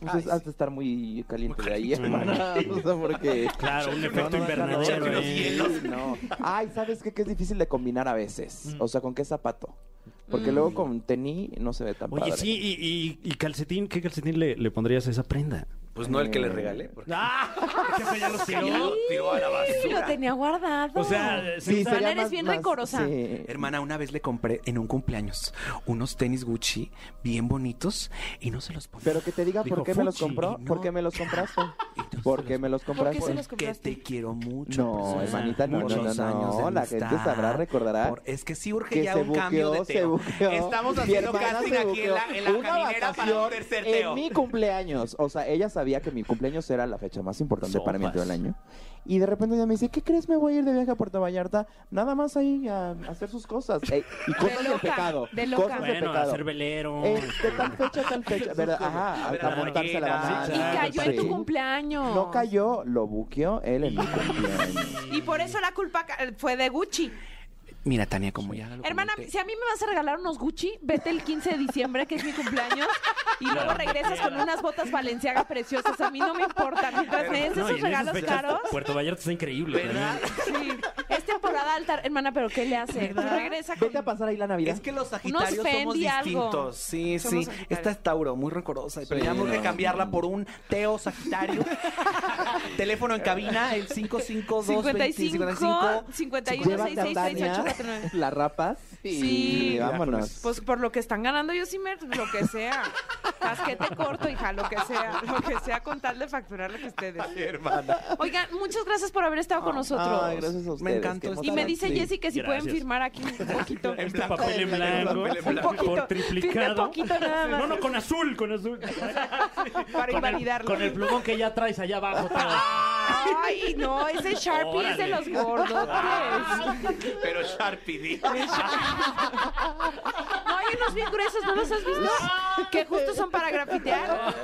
Speaker 6: Entonces,
Speaker 5: Ay,
Speaker 6: Pues has de estar muy caliente
Speaker 5: Muy
Speaker 6: de ahí,
Speaker 5: caliente.
Speaker 6: hermana.
Speaker 3: [LAUGHS]
Speaker 6: O sea, porque.
Speaker 3: Claro, un
Speaker 6: No,
Speaker 3: efecto
Speaker 6: no, no,
Speaker 3: invernadero.
Speaker 6: no,
Speaker 5: los
Speaker 3: eh. Mm.
Speaker 5: hielos.
Speaker 6: sí, no. Ay, ¿sabes qué? Que es difícil de combinar a veces. O sea, ¿con qué zapato? Porque luego con tenis no se ve tan
Speaker 3: Oye,
Speaker 6: padre.
Speaker 3: sí, y, y- y calcetín, ¿qué calcetín le, le pondrías a esa prenda?
Speaker 5: Pues no el que le regalé. Porque
Speaker 3: ¡Ah! Porque ese ya lo
Speaker 5: ya lo
Speaker 3: tiró.
Speaker 5: tiró a la
Speaker 2: Sí, lo
Speaker 5: basura.
Speaker 2: tenía guardado.
Speaker 3: O sea, se
Speaker 6: Sí,
Speaker 3: usa-
Speaker 6: sería
Speaker 2: Ana, eres bien recorosa.
Speaker 6: sí.
Speaker 5: Hermana, una vez le compré en un cumpleaños unos tenis Gucci bien bonitos y no se los ponía.
Speaker 6: Pero que te diga
Speaker 3: Dijo,
Speaker 6: por qué me los
Speaker 3: "Fuchi",
Speaker 6: compró,
Speaker 5: y no.
Speaker 6: por qué me los compraste.
Speaker 3: [LAUGHS]
Speaker 5: Entonces
Speaker 6: ¿Por qué me los compraste?
Speaker 2: se los
Speaker 5: Porque
Speaker 2: compraste?
Speaker 5: te quiero mucho.
Speaker 6: No,
Speaker 5: persona.
Speaker 6: hermanita, no, no, no,
Speaker 5: Muchos
Speaker 6: no,
Speaker 5: años de
Speaker 6: la
Speaker 5: amistad.
Speaker 6: gente sabrá, recordará
Speaker 5: Por- Es que sí urge
Speaker 6: que
Speaker 5: ya
Speaker 6: se
Speaker 5: un cambio de
Speaker 6: buqueó, se
Speaker 5: teo.
Speaker 6: buqueó.
Speaker 5: Estamos
Speaker 6: Mi
Speaker 5: haciendo
Speaker 6: hermana
Speaker 5: casting
Speaker 6: se
Speaker 5: aquí en la,
Speaker 6: buqueó.
Speaker 5: en la
Speaker 6: Una
Speaker 5: caminera para un
Speaker 6: vacación
Speaker 5: tercer teo.
Speaker 6: En mi cumpleaños, o sea, ella sabía que mi cumpleaños era la fecha más importante para mí en todo el
Speaker 3: Sopas.
Speaker 6: año. Y de repente ella me dice, ¿qué crees? Me voy a ir de viaje a Puerto Vallarta, nada más ahí a, a hacer sus cosas. Ey, y cosas de,
Speaker 2: loca,
Speaker 6: pecado.
Speaker 2: de loca.
Speaker 6: Cosas de
Speaker 3: Bueno,
Speaker 6: pecado.
Speaker 3: hacer velero.
Speaker 6: Eh, de tal fecha,
Speaker 5: [LAUGHS]
Speaker 6: tal fecha. ¿verdad? Ajá,
Speaker 5: ver,
Speaker 6: para
Speaker 5: la
Speaker 6: montarse la
Speaker 5: marquina.
Speaker 6: banana.
Speaker 3: Sí,
Speaker 2: Y
Speaker 3: claro,
Speaker 2: cayó en
Speaker 6: Sí.
Speaker 2: tu cumpleaños.
Speaker 6: No cayó, lo buqueó él en mi cumpleaños.
Speaker 5: [LAUGHS]
Speaker 2: Y por eso la culpa ca- fue de Gucci.
Speaker 5: Mira, Tania, como ya lo
Speaker 2: Hermana,
Speaker 5: comenté.
Speaker 2: si a mí me vas a regalar unos Gucci, vete el 15 de diciembre, que es mi cumpleaños, y luego regresas con unas botas valenciagas preciosas. A mí no me importa. Mientras me des
Speaker 3: No, y
Speaker 2: esos
Speaker 3: en esas
Speaker 2: regalos
Speaker 3: fechas,
Speaker 2: caros.
Speaker 3: Puerto Vallarta está increíble.
Speaker 5: ¿Verdad?
Speaker 3: también.
Speaker 2: Sí. Es temporada alta, hermana, pero ¿qué le hace? Regresa con...
Speaker 6: Vete a pasar ahí la Navidad.
Speaker 5: Es que los Sagitarios somos
Speaker 2: Fendi, algo.
Speaker 5: distintos. Sí,
Speaker 2: Somos
Speaker 5: sí.
Speaker 2: Sagitarios.
Speaker 5: Esta es Tauro, muy rencorosa. Pero tenemos que
Speaker 6: no.
Speaker 5: cambiarla por un Teo [LAUGHS] Sagitario. Teléfono en cabina, el 552
Speaker 2: 55, 51,
Speaker 6: Llévate a
Speaker 2: 66,
Speaker 6: Tania,
Speaker 2: 68, 49.
Speaker 6: la rapas
Speaker 2: Sí.
Speaker 6: y vámonos.
Speaker 2: Pues por lo que están ganando yo sí me lo que sea. Casquete corto, hija, lo que sea, lo que sea con tal de facturarle que ustedes.
Speaker 5: hermana.
Speaker 2: Oigan, muchas gracias por haber estado con nosotros.
Speaker 6: Ay, gracias a ustedes.
Speaker 5: encantó
Speaker 6: que hemos
Speaker 2: Y me
Speaker 6: estado
Speaker 2: dice
Speaker 6: aquí.
Speaker 2: Jessy que si pueden
Speaker 3: Gracias.
Speaker 2: firmar aquí
Speaker 3: [LAUGHS]
Speaker 2: un poquito.
Speaker 3: Este papel en blanco,
Speaker 5: papel en blanco.
Speaker 2: Un poquito, firme
Speaker 3: por [LAUGHS] triplicado.
Speaker 2: poquito nada más.
Speaker 3: No, no, con azul, con azul.
Speaker 2: [LAUGHS] para invalidarlo.
Speaker 4: Con el plumón que ya traes allá abajo. Teo.
Speaker 2: [LAUGHS] Ay, no, ese Sharpie es de
Speaker 3: Órale.
Speaker 2: los gordotes.
Speaker 3: [LAUGHS]
Speaker 5: Pero Sharpie [LAUGHS] dijo.
Speaker 2: No, hay unos bien gruesos, ¿no los has visto? Que justo son para
Speaker 3: [LAUGHS]
Speaker 2: grafitear.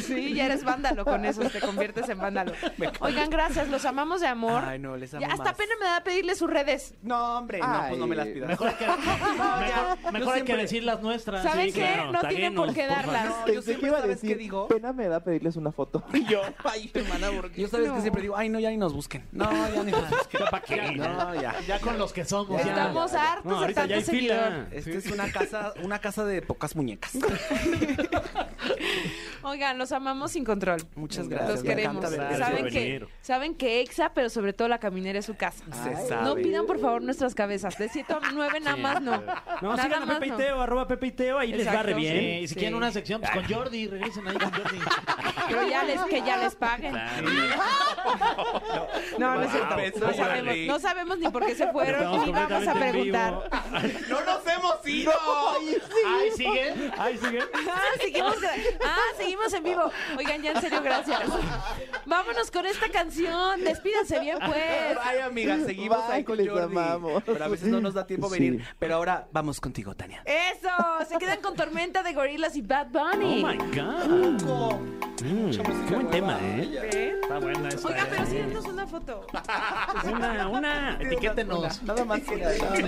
Speaker 2: Sí, ya eres vándalo con esos, te conviertes en vándalo. Oigan, gracias, los amamos de amor.
Speaker 5: Ay, no, les amo
Speaker 2: Ya hasta
Speaker 5: más.
Speaker 2: pena me da pedirle sus redes.
Speaker 5: No, hombre, no, pues [LAUGHS] no me las pidas.
Speaker 4: Mejor hay que, mejor, mejor hay que decir las nuestras.
Speaker 2: ¿Saben
Speaker 3: Ah, sí,
Speaker 2: qué?
Speaker 3: claro,
Speaker 2: no tienen
Speaker 3: taguénos,
Speaker 2: por qué
Speaker 3: por favor.
Speaker 2: darlas.
Speaker 3: [LAUGHS]
Speaker 5: No, yo
Speaker 6: Pensé
Speaker 5: siempre
Speaker 6: que Pues, iba a
Speaker 5: sabes
Speaker 6: decir,
Speaker 5: qué digo.
Speaker 6: pena me da pedirles una foto.
Speaker 5: Y yo, [LAUGHS] ay, hermana, porque yo sabes
Speaker 2: No.
Speaker 5: que siempre digo, ay, no, ya ni nos busquen. No, ya ni nos busquen. ¿Para qué? No, ya.
Speaker 4: Ya con los que somos. ya.
Speaker 2: Estamos hartos
Speaker 3: No,
Speaker 2: de
Speaker 3: ahorita
Speaker 2: tanto
Speaker 3: ya hay
Speaker 2: seguidor.
Speaker 3: fila.
Speaker 5: Esta es una casa, una casa de pocas muñecas.
Speaker 2: Oigan, los amamos sin control.
Speaker 5: Muchas gracias.
Speaker 2: Los
Speaker 5: me
Speaker 2: queremos.
Speaker 5: encanta verles.
Speaker 2: Saben
Speaker 3: por
Speaker 2: que,
Speaker 3: venir.
Speaker 2: saben que Exa, pero sobre todo la caminera es su casa.
Speaker 5: Se sabe.
Speaker 2: No pidan por favor nuestras cabezas. De 7 a 9 nada más no.
Speaker 3: No,
Speaker 2: nada
Speaker 3: sigan a
Speaker 2: más
Speaker 3: Pepe y
Speaker 2: no.
Speaker 3: Teo, arroba Pepe y Teo, ahí les
Speaker 2: Exacto.
Speaker 3: va re
Speaker 4: Sí,
Speaker 3: bien.
Speaker 4: y si quieren una sección, pues con Jordi, regresen ahí con
Speaker 2: [LAUGHS]
Speaker 4: Jordi.
Speaker 2: Pero ya les, que ya les paguen. No, no, es cierto.
Speaker 5: Wow.
Speaker 2: no, sabemos, no sabemos ni por qué se fueron,
Speaker 3: Estamos
Speaker 2: ni vamos a
Speaker 3: completamente en vivo.
Speaker 2: preguntar.
Speaker 5: [LAUGHS] ¡No nos hemos ido! [LAUGHS]
Speaker 4: Ahí sigue.
Speaker 3: Ahí sigue.
Speaker 2: Ah, seguimos, gra- ah, seguimos en vivo. Oigan, ya en serio, gracias. Vámonos con esta canción. Despídanse bien, pues.
Speaker 5: Ay, amiga, seguimos
Speaker 6: Bye,
Speaker 5: ahí con
Speaker 6: les
Speaker 5: Jordi.
Speaker 6: amamos.
Speaker 5: Pero a veces no nos da tiempo
Speaker 6: Sí.
Speaker 5: venir. Pero ahora vamos contigo, Tania.
Speaker 2: Eso, se quedan con Tormenta de Gorilas y Bad Bunny.
Speaker 3: Oh my God. Mm, qué buen tema, ¿eh?
Speaker 2: ¿Eh?
Speaker 3: Está buena esta.
Speaker 2: Oigan, pero sí, denos una foto.
Speaker 3: Una, una.
Speaker 4: Etiquétenos.
Speaker 6: Nada más que
Speaker 2: Claro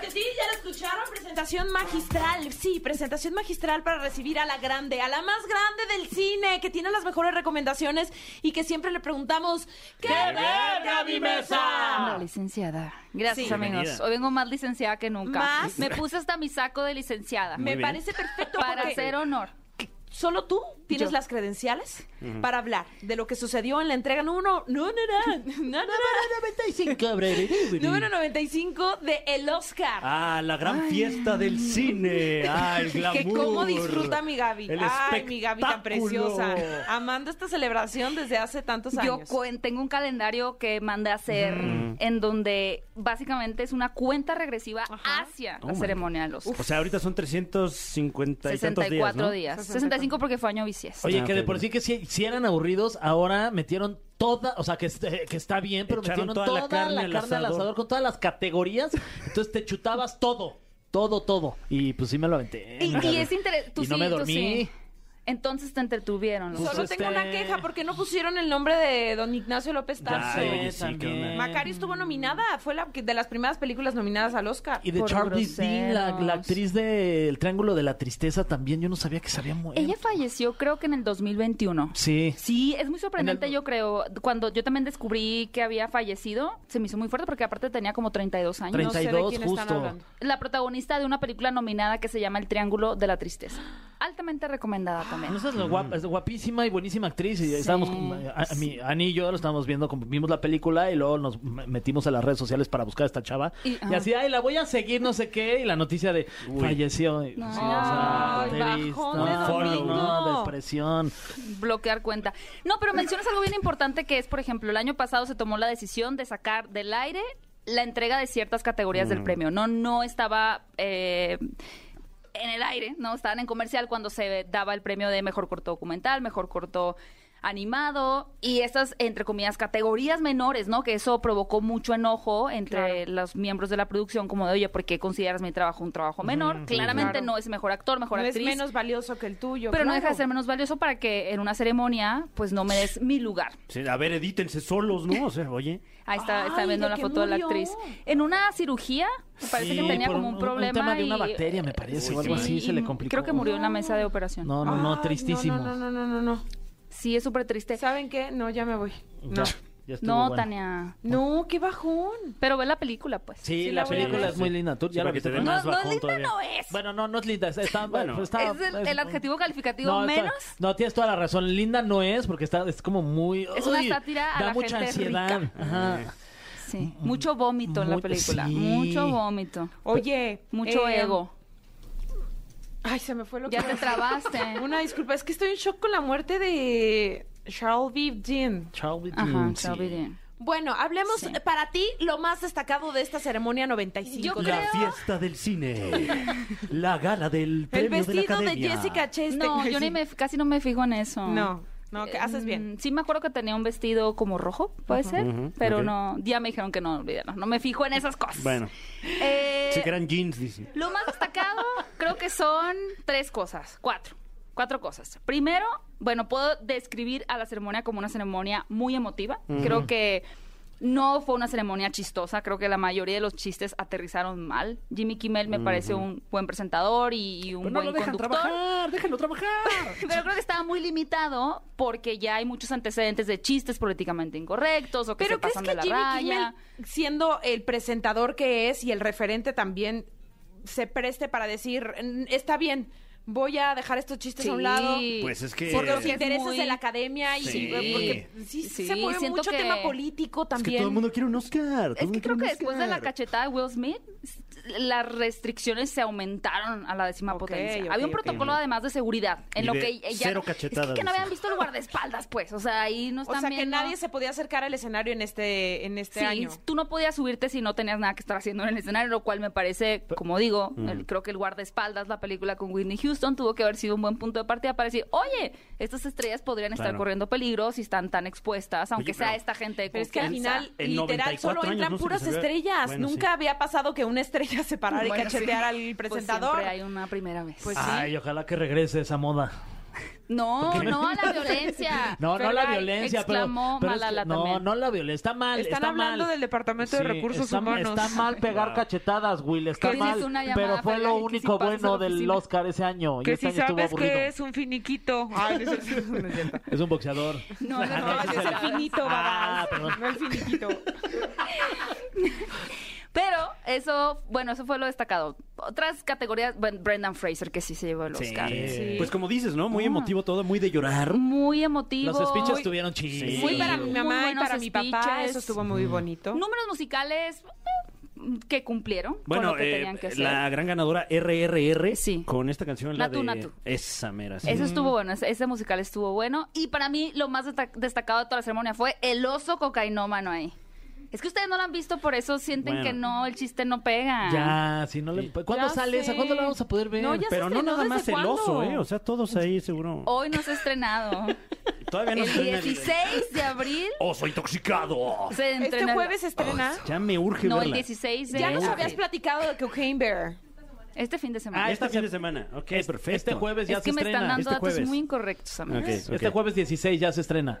Speaker 2: que sí, ya lo escucharon. Presentación magistral. Sí, presentación magistral para recibir a la grande, a la más grande del cine, que tiene las mejores recomendaciones y que siempre le preguntamos: ¡Qué verga mi
Speaker 7: No,
Speaker 2: mesa!
Speaker 7: licenciada. Gracias,
Speaker 2: Ah. Sí.
Speaker 7: amigos.
Speaker 3: Bienvenida.
Speaker 7: Hoy vengo más licenciada que nunca.
Speaker 2: Más.
Speaker 7: Me puse hasta mi saco de licenciada
Speaker 2: Me
Speaker 3: bien.
Speaker 2: parece perfecto
Speaker 7: para
Speaker 2: porque-
Speaker 7: hacer honor.
Speaker 2: solo tú tienes las credenciales para hablar de lo que sucedió en la entrega número no, no, no, no, no, no,
Speaker 4: 95, breve.
Speaker 2: número 95 de el Oscar.
Speaker 3: Ah, la gran fiesta del cine. Ah, el
Speaker 2: [LAUGHS]
Speaker 3: glamour.
Speaker 2: Que cómo disfruta mi Gaby.
Speaker 3: El
Speaker 2: Ay, mi Gaby tan
Speaker 3: espectáculo.
Speaker 2: preciosa. Amando esta celebración desde hace tantos
Speaker 7: Yo
Speaker 2: años.
Speaker 7: cuen- tengo un calendario que mandé a hacer
Speaker 4: Mm.
Speaker 7: en donde básicamente es una cuenta regresiva
Speaker 2: Ajá.
Speaker 7: hacia
Speaker 3: Oh
Speaker 7: la
Speaker 3: my
Speaker 7: ceremonia de los
Speaker 3: O sea, ahorita son 350 y tantos días,
Speaker 7: 64
Speaker 3: ¿no?
Speaker 7: días, 65 porque fue año bisiesto.
Speaker 4: Oye,
Speaker 3: Ah,
Speaker 4: que de
Speaker 3: ok,
Speaker 4: por
Speaker 3: ok.
Speaker 4: sí que si, si eran aburridos, ahora metieron toda, o sea, que, est- eh, que está bien, pero
Speaker 3: Echaron
Speaker 4: metieron toda, la carne,
Speaker 3: al
Speaker 4: al
Speaker 3: asador.
Speaker 4: asador con todas las categorías. Entonces te chutabas todo, todo, todo. Y pues sí me lo aventé.
Speaker 7: Y, y es interesante. Tú
Speaker 4: Y no
Speaker 7: sí,
Speaker 4: me
Speaker 7: tú
Speaker 4: dormí.
Speaker 7: sí. Entonces te entretuvieron. los
Speaker 4: Pues
Speaker 2: Solo
Speaker 4: este-
Speaker 2: tengo una queja porque no pusieron el nombre de don Ignacio López Tarso.
Speaker 3: Ay, oye, sí, qué onda.
Speaker 2: Macario estuvo nominada, fue la que- de las primeras películas nominadas al Oscar.
Speaker 4: Y de
Speaker 7: Por
Speaker 4: Charlize Dean, la,
Speaker 7: groseros.
Speaker 4: la actriz del Triángulo de la Tristeza también, yo no sabía que se había muerto.
Speaker 7: Ella falleció creo que en el 2021.
Speaker 4: Sí.
Speaker 7: Sí, es muy sorprendente,
Speaker 4: En el-
Speaker 7: yo creo. Cuando yo también descubrí que había fallecido, se me hizo muy fuerte porque aparte tenía como 32 años.
Speaker 2: no sé de
Speaker 4: 32
Speaker 2: quién están
Speaker 4: justo.
Speaker 2: hablando.
Speaker 7: La protagonista de una película nominada que se llama El Triángulo de la Tristeza. Altamente recomendada
Speaker 4: Ah,
Speaker 7: también.
Speaker 4: No es
Speaker 3: Mm.
Speaker 4: lo guapa, es guapísima y buenísima actriz. Y estábamos, con- eh, a, a mí, Ani y yo lo estábamos viendo, como vimos la película y luego nos me- metimos a las redes sociales para buscar a esta chava. Y,
Speaker 7: Y- ajá.
Speaker 4: así, ay, la voy a seguir, no sé qué. Y la noticia de falleció. Y-
Speaker 7: No.
Speaker 4: sí, o sea,
Speaker 2: Ay,
Speaker 4: qué
Speaker 2: bajón de
Speaker 4: triste. No, no,
Speaker 2: domingo.
Speaker 4: no, depresión.
Speaker 7: bloquear cuenta. No, pero mencionas algo bien importante que es, por ejemplo, el año pasado se tomó la decisión de sacar del aire la entrega de ciertas categorías del premio. No, no estaba eh, en el aire, no estaban en comercial cuando se daba el premio de mejor corto documental, mejor corto animado y estas entre comillas categorías menores, ¿no? Que eso provocó mucho enojo entre
Speaker 2: Claro.
Speaker 7: los miembros de la producción como de, "Oye, ¿por qué consideras mi trabajo un trabajo menor?" Claramente
Speaker 2: Claro.
Speaker 7: no es mejor actor, mejor
Speaker 2: No es
Speaker 7: actriz.
Speaker 2: menos valioso que el tuyo.
Speaker 7: Pero no deja de ser
Speaker 2: claro.
Speaker 7: menos valioso para que en una ceremonia, pues no me des mi lugar.
Speaker 3: Sí, a ver, edítense solos, ¿no? O sea, oye.
Speaker 7: Ahí está,
Speaker 2: Ay,
Speaker 7: está viendo
Speaker 2: ¿de
Speaker 7: la
Speaker 2: qué
Speaker 7: foto de la
Speaker 2: murió?
Speaker 7: actriz. En una cirugía, me parece
Speaker 4: Sí,
Speaker 7: que tenía
Speaker 4: por
Speaker 7: como un, problema.
Speaker 4: tema de una
Speaker 7: y- eh,
Speaker 4: bacteria, me parece, o
Speaker 3: Uy,
Speaker 4: algo
Speaker 3: sí.
Speaker 4: así, se le
Speaker 7: y
Speaker 4: complicó.
Speaker 7: Creo que murió en la mesa de operación.
Speaker 4: No, no, no,
Speaker 2: Ay,
Speaker 4: tristísimo.
Speaker 2: No, no, no, no, no, no.
Speaker 7: Sí, es súper triste.
Speaker 2: ¿Saben qué? No, ya me voy.
Speaker 4: Ya,
Speaker 2: No,
Speaker 4: ya estuvo
Speaker 7: No,
Speaker 4: bueno.
Speaker 7: Tania.
Speaker 2: no qué bajón.
Speaker 7: Pero ve la película, pues.
Speaker 4: Sí,
Speaker 2: Sí,
Speaker 4: la
Speaker 2: la voy a
Speaker 4: película
Speaker 2: ver.
Speaker 4: es muy linda. ¿Tú
Speaker 3: Sí,
Speaker 4: ya la
Speaker 3: para que te
Speaker 4: viste,
Speaker 3: den
Speaker 4: Tania?
Speaker 3: más
Speaker 7: No, no,
Speaker 3: bajón
Speaker 7: linda
Speaker 3: todavía.
Speaker 7: no es.
Speaker 4: Bueno, no, no es linda. está- Está,
Speaker 3: Bueno.
Speaker 4: está-
Speaker 7: es el, el adjetivo calificativo
Speaker 4: No, está-
Speaker 7: menos.
Speaker 4: no, tienes toda la razón. Linda no es porque está, es como muy.
Speaker 7: Es una
Speaker 4: ¡Uy!
Speaker 7: sátira a
Speaker 4: da
Speaker 7: la
Speaker 4: mucha
Speaker 7: gente
Speaker 4: ansiedad.
Speaker 7: rica.
Speaker 4: Ajá.
Speaker 7: Sí, mucho vómito en la
Speaker 4: Mm, Mu-
Speaker 7: película.
Speaker 4: sí.
Speaker 7: Mucho vómito.
Speaker 2: Oye.
Speaker 7: Mucho
Speaker 2: eh,
Speaker 7: ego.
Speaker 2: Ay, se me fue lo
Speaker 7: Ya
Speaker 2: que...
Speaker 7: te trabaste.
Speaker 2: [LAUGHS] Una disculpa, es que estoy en shock con la muerte de Charlie Dean.
Speaker 4: Chao, Bitin,
Speaker 7: Ajá,
Speaker 4: sí.
Speaker 7: chao, Viri.
Speaker 2: Bueno, hablemos
Speaker 7: Sí.
Speaker 2: eh, para ti lo más destacado de esta ceremonia 95.
Speaker 7: Yo creo-
Speaker 3: La fiesta del
Speaker 7: [LAUGHS]
Speaker 3: cine. la gala del
Speaker 2: El
Speaker 3: premio de la
Speaker 2: vestido de,
Speaker 3: academia.
Speaker 2: Jessica Chastain.
Speaker 7: No,
Speaker 2: [LAUGHS]
Speaker 7: yo ni me, casi no me fijo en eso.
Speaker 2: Este, No, no, que haces
Speaker 7: Mm,
Speaker 2: bien.
Speaker 7: Sí me acuerdo que tenía un vestido como rojo, puede ser,
Speaker 3: Ujú,
Speaker 7: pero
Speaker 3: ok.
Speaker 7: no, ya me dijeron que no, olvídalo, no me fijo en esas cosas.
Speaker 3: Bueno,
Speaker 7: Eh,
Speaker 3: sí que eran jeans, dice.
Speaker 7: Lo más destacado [LAUGHS] creo que son tres cosas, cuatro, cuatro cosas. Primero, bueno, puedo describir a la ceremonia como una ceremonia muy emotiva. Creo que no fue una ceremonia chistosa, creo que la mayoría de los chistes aterrizaron mal. Jimmy Kimmel me parece un buen presentador y, y un
Speaker 3: Pero no
Speaker 7: buen
Speaker 3: lo dejan
Speaker 7: conductor.
Speaker 3: trabajar, déjenlo trabajar.
Speaker 7: [LAUGHS] Pero creo que estaba muy limitado porque ya hay muchos antecedentes de chistes políticamente incorrectos o que se
Speaker 2: Pero ¿crees
Speaker 7: pasan
Speaker 2: que
Speaker 7: de la
Speaker 2: Jimmy
Speaker 7: raya.
Speaker 2: Kimmel, siendo el presentador que es y el referente también, se preste para decir, "Mm, está bien, voy a dejar estos chistes a un lado?
Speaker 3: Pues es que-
Speaker 2: Por los
Speaker 7: es
Speaker 2: intereses
Speaker 7: muy-
Speaker 2: de la academia y
Speaker 3: Sí.
Speaker 2: porque sí,
Speaker 7: Sí,
Speaker 2: se mueve
Speaker 7: siento
Speaker 2: mucho
Speaker 7: que-
Speaker 2: tema político
Speaker 3: Es
Speaker 2: también.
Speaker 3: que todo el mundo quiere un Oscar. todo el
Speaker 7: Es que
Speaker 3: mundo
Speaker 7: creo
Speaker 3: quiere
Speaker 7: que
Speaker 3: un
Speaker 7: después de la
Speaker 3: Oscar.
Speaker 7: cachetada de Will Smith, s- las restricciones se aumentaron a la décima
Speaker 2: Ok,
Speaker 7: potencia.
Speaker 2: ok,
Speaker 7: Había un
Speaker 2: ok.
Speaker 7: protocolo además de seguridad en
Speaker 3: Y
Speaker 7: lo
Speaker 3: de
Speaker 7: que ya
Speaker 3: cero
Speaker 7: es
Speaker 3: cachetadas,
Speaker 7: que, no habían
Speaker 3: dice.
Speaker 7: visto el guardaespaldas, pues, o sea, ahí no
Speaker 2: o
Speaker 7: están
Speaker 2: sea, que
Speaker 7: viendo-
Speaker 2: nadie se podía acercar al escenario en este, en este
Speaker 7: Sí,
Speaker 2: año.
Speaker 7: tú no podías subirte si no tenías nada que estar haciendo en el escenario, lo cual me parece, como digo, el- creo que el guardaespaldas, la película con Whitney Houston, tuvo que haber sido un buen punto de partida para decir, oye, estas estrellas podrían estar
Speaker 3: Claro.
Speaker 7: corriendo peligro si están tan expuestas, aunque sea
Speaker 3: pero-
Speaker 7: esta gente de
Speaker 2: Pero es que al
Speaker 7: confianza".
Speaker 2: final,
Speaker 3: En
Speaker 2: literal,
Speaker 3: 94
Speaker 2: solo
Speaker 3: años
Speaker 2: entran
Speaker 3: no se
Speaker 2: puras
Speaker 3: les había-
Speaker 2: estrellas.
Speaker 3: Bueno,
Speaker 2: Nunca
Speaker 3: sí.
Speaker 2: había pasado que una estrella se parara y
Speaker 7: Bueno,
Speaker 2: cacheteara
Speaker 7: sí.
Speaker 2: al
Speaker 7: Pues
Speaker 2: presentador.
Speaker 7: siempre hay una primera vez.
Speaker 3: Ah,
Speaker 2: Pues sí.
Speaker 4: Ay, ojalá que regrese esa moda.
Speaker 7: No, no
Speaker 4: [LAUGHS]
Speaker 7: a la violencia.
Speaker 4: No, no la
Speaker 7: Fergay,
Speaker 4: violencia, pero.
Speaker 7: exclamó
Speaker 4: pero es
Speaker 7: Malala
Speaker 4: que- no,
Speaker 7: también.
Speaker 4: no la violencia. Está mal.
Speaker 2: Están
Speaker 4: está
Speaker 2: hablando
Speaker 4: mal.
Speaker 2: del Departamento de Recursos
Speaker 4: está,
Speaker 2: Humanos.
Speaker 4: Está mal pegar cachetadas, Will. Está
Speaker 7: Crisis,
Speaker 4: mal.
Speaker 7: una llamada
Speaker 4: Pero fue lo
Speaker 7: Fergay, que si
Speaker 4: único
Speaker 7: pasas a la
Speaker 4: bueno del
Speaker 7: oficina.
Speaker 4: Oscar ese año. y este año estuvo aburrido. es...
Speaker 2: un finiquito. Ay, no es cierto, no es cierto.
Speaker 4: un boxeador. [LAUGHS]
Speaker 7: No, no,
Speaker 2: [LAUGHS] No,
Speaker 7: no, no,
Speaker 2: es
Speaker 7: no,
Speaker 2: el
Speaker 7: no.
Speaker 2: finito, babas.
Speaker 4: Ah, perdón.
Speaker 2: No el finiquito.
Speaker 7: Pero eso, bueno, eso fue lo destacado. Otras categorías, bueno, Brendan Fraser, que sí se llevó el Oscar. Sí. Ah.
Speaker 3: Pues como dices, ¿no? Muy emotivo todo, muy de llorar.
Speaker 7: Muy emotivo.
Speaker 4: Los speeches estuvieron chidos.
Speaker 2: Muy para mi mamá
Speaker 7: Muy
Speaker 2: y
Speaker 7: buenos
Speaker 2: para mi papá,
Speaker 7: speeches.
Speaker 2: eso estuvo muy bonito.
Speaker 7: Números musicales eh, que cumplieron con
Speaker 3: Bueno,
Speaker 7: lo que
Speaker 3: eh,
Speaker 7: tenían que hacer.
Speaker 3: la gran ganadora RRR
Speaker 7: Sí.
Speaker 3: con esta canción, la
Speaker 7: Natu,
Speaker 3: de
Speaker 7: Natu.
Speaker 3: esa mera. sí.
Speaker 4: Mm.
Speaker 7: Eso estuvo bueno, ese, ese musical estuvo bueno. Y para mí, lo más desta- destacado de toda la ceremonia fue el oso cocainómano ahí. Es que ustedes no lo han visto, por eso sienten
Speaker 3: Bueno.
Speaker 7: que no, el chiste no pega.
Speaker 4: Ya, si no le... ¿Cuándo
Speaker 2: Ah. Ya
Speaker 4: sale esa?
Speaker 2: sé.
Speaker 4: ¿Cuándo la vamos a poder ver?
Speaker 2: No, ya se
Speaker 3: Pero no
Speaker 2: estrenó,
Speaker 3: nada más
Speaker 2: ¿desde
Speaker 3: el oso,
Speaker 2: cuándo?
Speaker 3: ¿eh? O sea, todos ahí seguro.
Speaker 7: Hoy no se
Speaker 3: [LAUGHS]
Speaker 7: ha estrenado.
Speaker 3: Todavía no
Speaker 7: el
Speaker 3: estrena el-
Speaker 7: 16 de abril
Speaker 3: ¡Oso intoxicado!
Speaker 7: se
Speaker 2: Este
Speaker 7: estrena.
Speaker 2: jueves se estrena.
Speaker 3: Ya me urge
Speaker 7: No, el
Speaker 3: verla.
Speaker 7: 16 de
Speaker 2: Ya nos
Speaker 7: abril.
Speaker 2: habías platicado de Cocaine Bear.
Speaker 7: Este fin de semana.
Speaker 3: Ah, este fin de semana. Ok, perfecto.
Speaker 4: Este jueves ya
Speaker 7: es
Speaker 4: se
Speaker 7: que me
Speaker 4: estrena.
Speaker 7: están dando
Speaker 3: este
Speaker 7: datos
Speaker 3: jueves.
Speaker 7: muy incorrectos, amigos.
Speaker 3: Ok, ok.
Speaker 4: Este jueves 16 ya se estrena.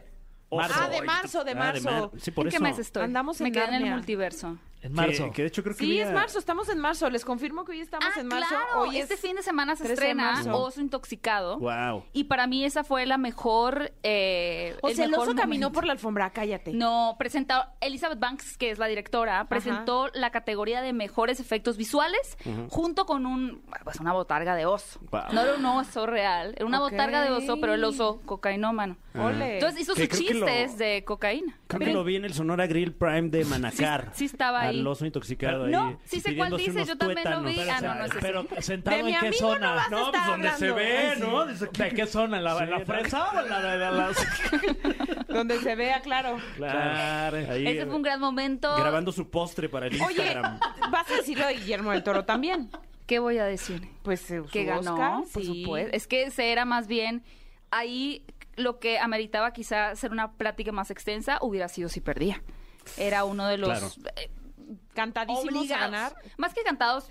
Speaker 3: Oso
Speaker 2: Ah, de marzo, de
Speaker 3: Ah,
Speaker 2: marzo.
Speaker 3: mar- Sí, por
Speaker 7: ¿En qué
Speaker 3: eso.
Speaker 7: mes estoy?
Speaker 2: Andamos
Speaker 7: me
Speaker 2: en
Speaker 7: quedé en el
Speaker 2: Narnia.
Speaker 7: multiverso.
Speaker 3: Que-
Speaker 4: En marzo.
Speaker 3: Que, de hecho creo que
Speaker 2: Sí,
Speaker 3: vi a-
Speaker 2: es marzo, estamos en marzo. Les confirmo que hoy estamos
Speaker 7: ah,
Speaker 2: en marzo.
Speaker 7: claro.
Speaker 2: Hoy
Speaker 7: este
Speaker 2: es-
Speaker 7: fin de semana se
Speaker 2: 13 de
Speaker 7: estrena
Speaker 2: marzo.
Speaker 7: Oso Intoxicado.
Speaker 3: Wow.
Speaker 7: Y para mí esa fue la mejor. eh,
Speaker 2: O sea, el oso
Speaker 7: mejor
Speaker 2: caminó
Speaker 7: momento.
Speaker 2: por la alfombra, cállate.
Speaker 7: No, presentó Elizabeth Banks, que es la directora, presentó la categoría de mejores efectos visuales junto con un pues una botarga de oso.
Speaker 3: Wow.
Speaker 7: No era un oso real, era una
Speaker 2: Ok.
Speaker 7: botarga de oso, pero el oso cocainómano.
Speaker 2: Ole.
Speaker 7: Ah. Entonces hizo
Speaker 3: Que
Speaker 7: sus
Speaker 3: creo que
Speaker 7: chistes
Speaker 3: lo-
Speaker 7: de cocaína.
Speaker 3: Creo que lo vi en el Sonora Grill Prime de Manacar.
Speaker 7: sí estaba ahí.
Speaker 3: Al oso intoxicado ahí.
Speaker 7: No, sí sé cuál
Speaker 3: pidiéndose
Speaker 7: dice,
Speaker 3: unos
Speaker 7: yo también lo vi.
Speaker 3: tuétanos.
Speaker 7: Ah, no, no es ese.
Speaker 4: Pero sentado
Speaker 2: De mi
Speaker 4: en qué
Speaker 2: amigo
Speaker 4: zona.
Speaker 2: no vas a No, pues, estar donde se hablando. ve,
Speaker 4: ¿no? ¿De qué zona? ¿La, la
Speaker 3: Sí,
Speaker 4: fresa o la de la,
Speaker 7: [LAUGHS]
Speaker 2: Donde se vea, claro.
Speaker 3: Claro. Ahí,
Speaker 7: Ese fue un gran momento.
Speaker 3: Grabando su postre para el
Speaker 2: Oye,
Speaker 3: Instagram.
Speaker 2: vas a decirlo de Guillermo del Toro también.
Speaker 7: ¿Qué voy a decir?
Speaker 2: Pues eh, su
Speaker 7: que ganó,
Speaker 2: Oscar,
Speaker 7: por
Speaker 2: sí.
Speaker 7: supuesto. Es que ese era más bien ahí lo que ameritaba quizá ser una plática más extensa hubiera sido si perdía. Era uno de los
Speaker 3: Claro.
Speaker 7: eh,
Speaker 2: Cantadísimos a
Speaker 7: obligados,
Speaker 2: ganar.
Speaker 7: más que cantados.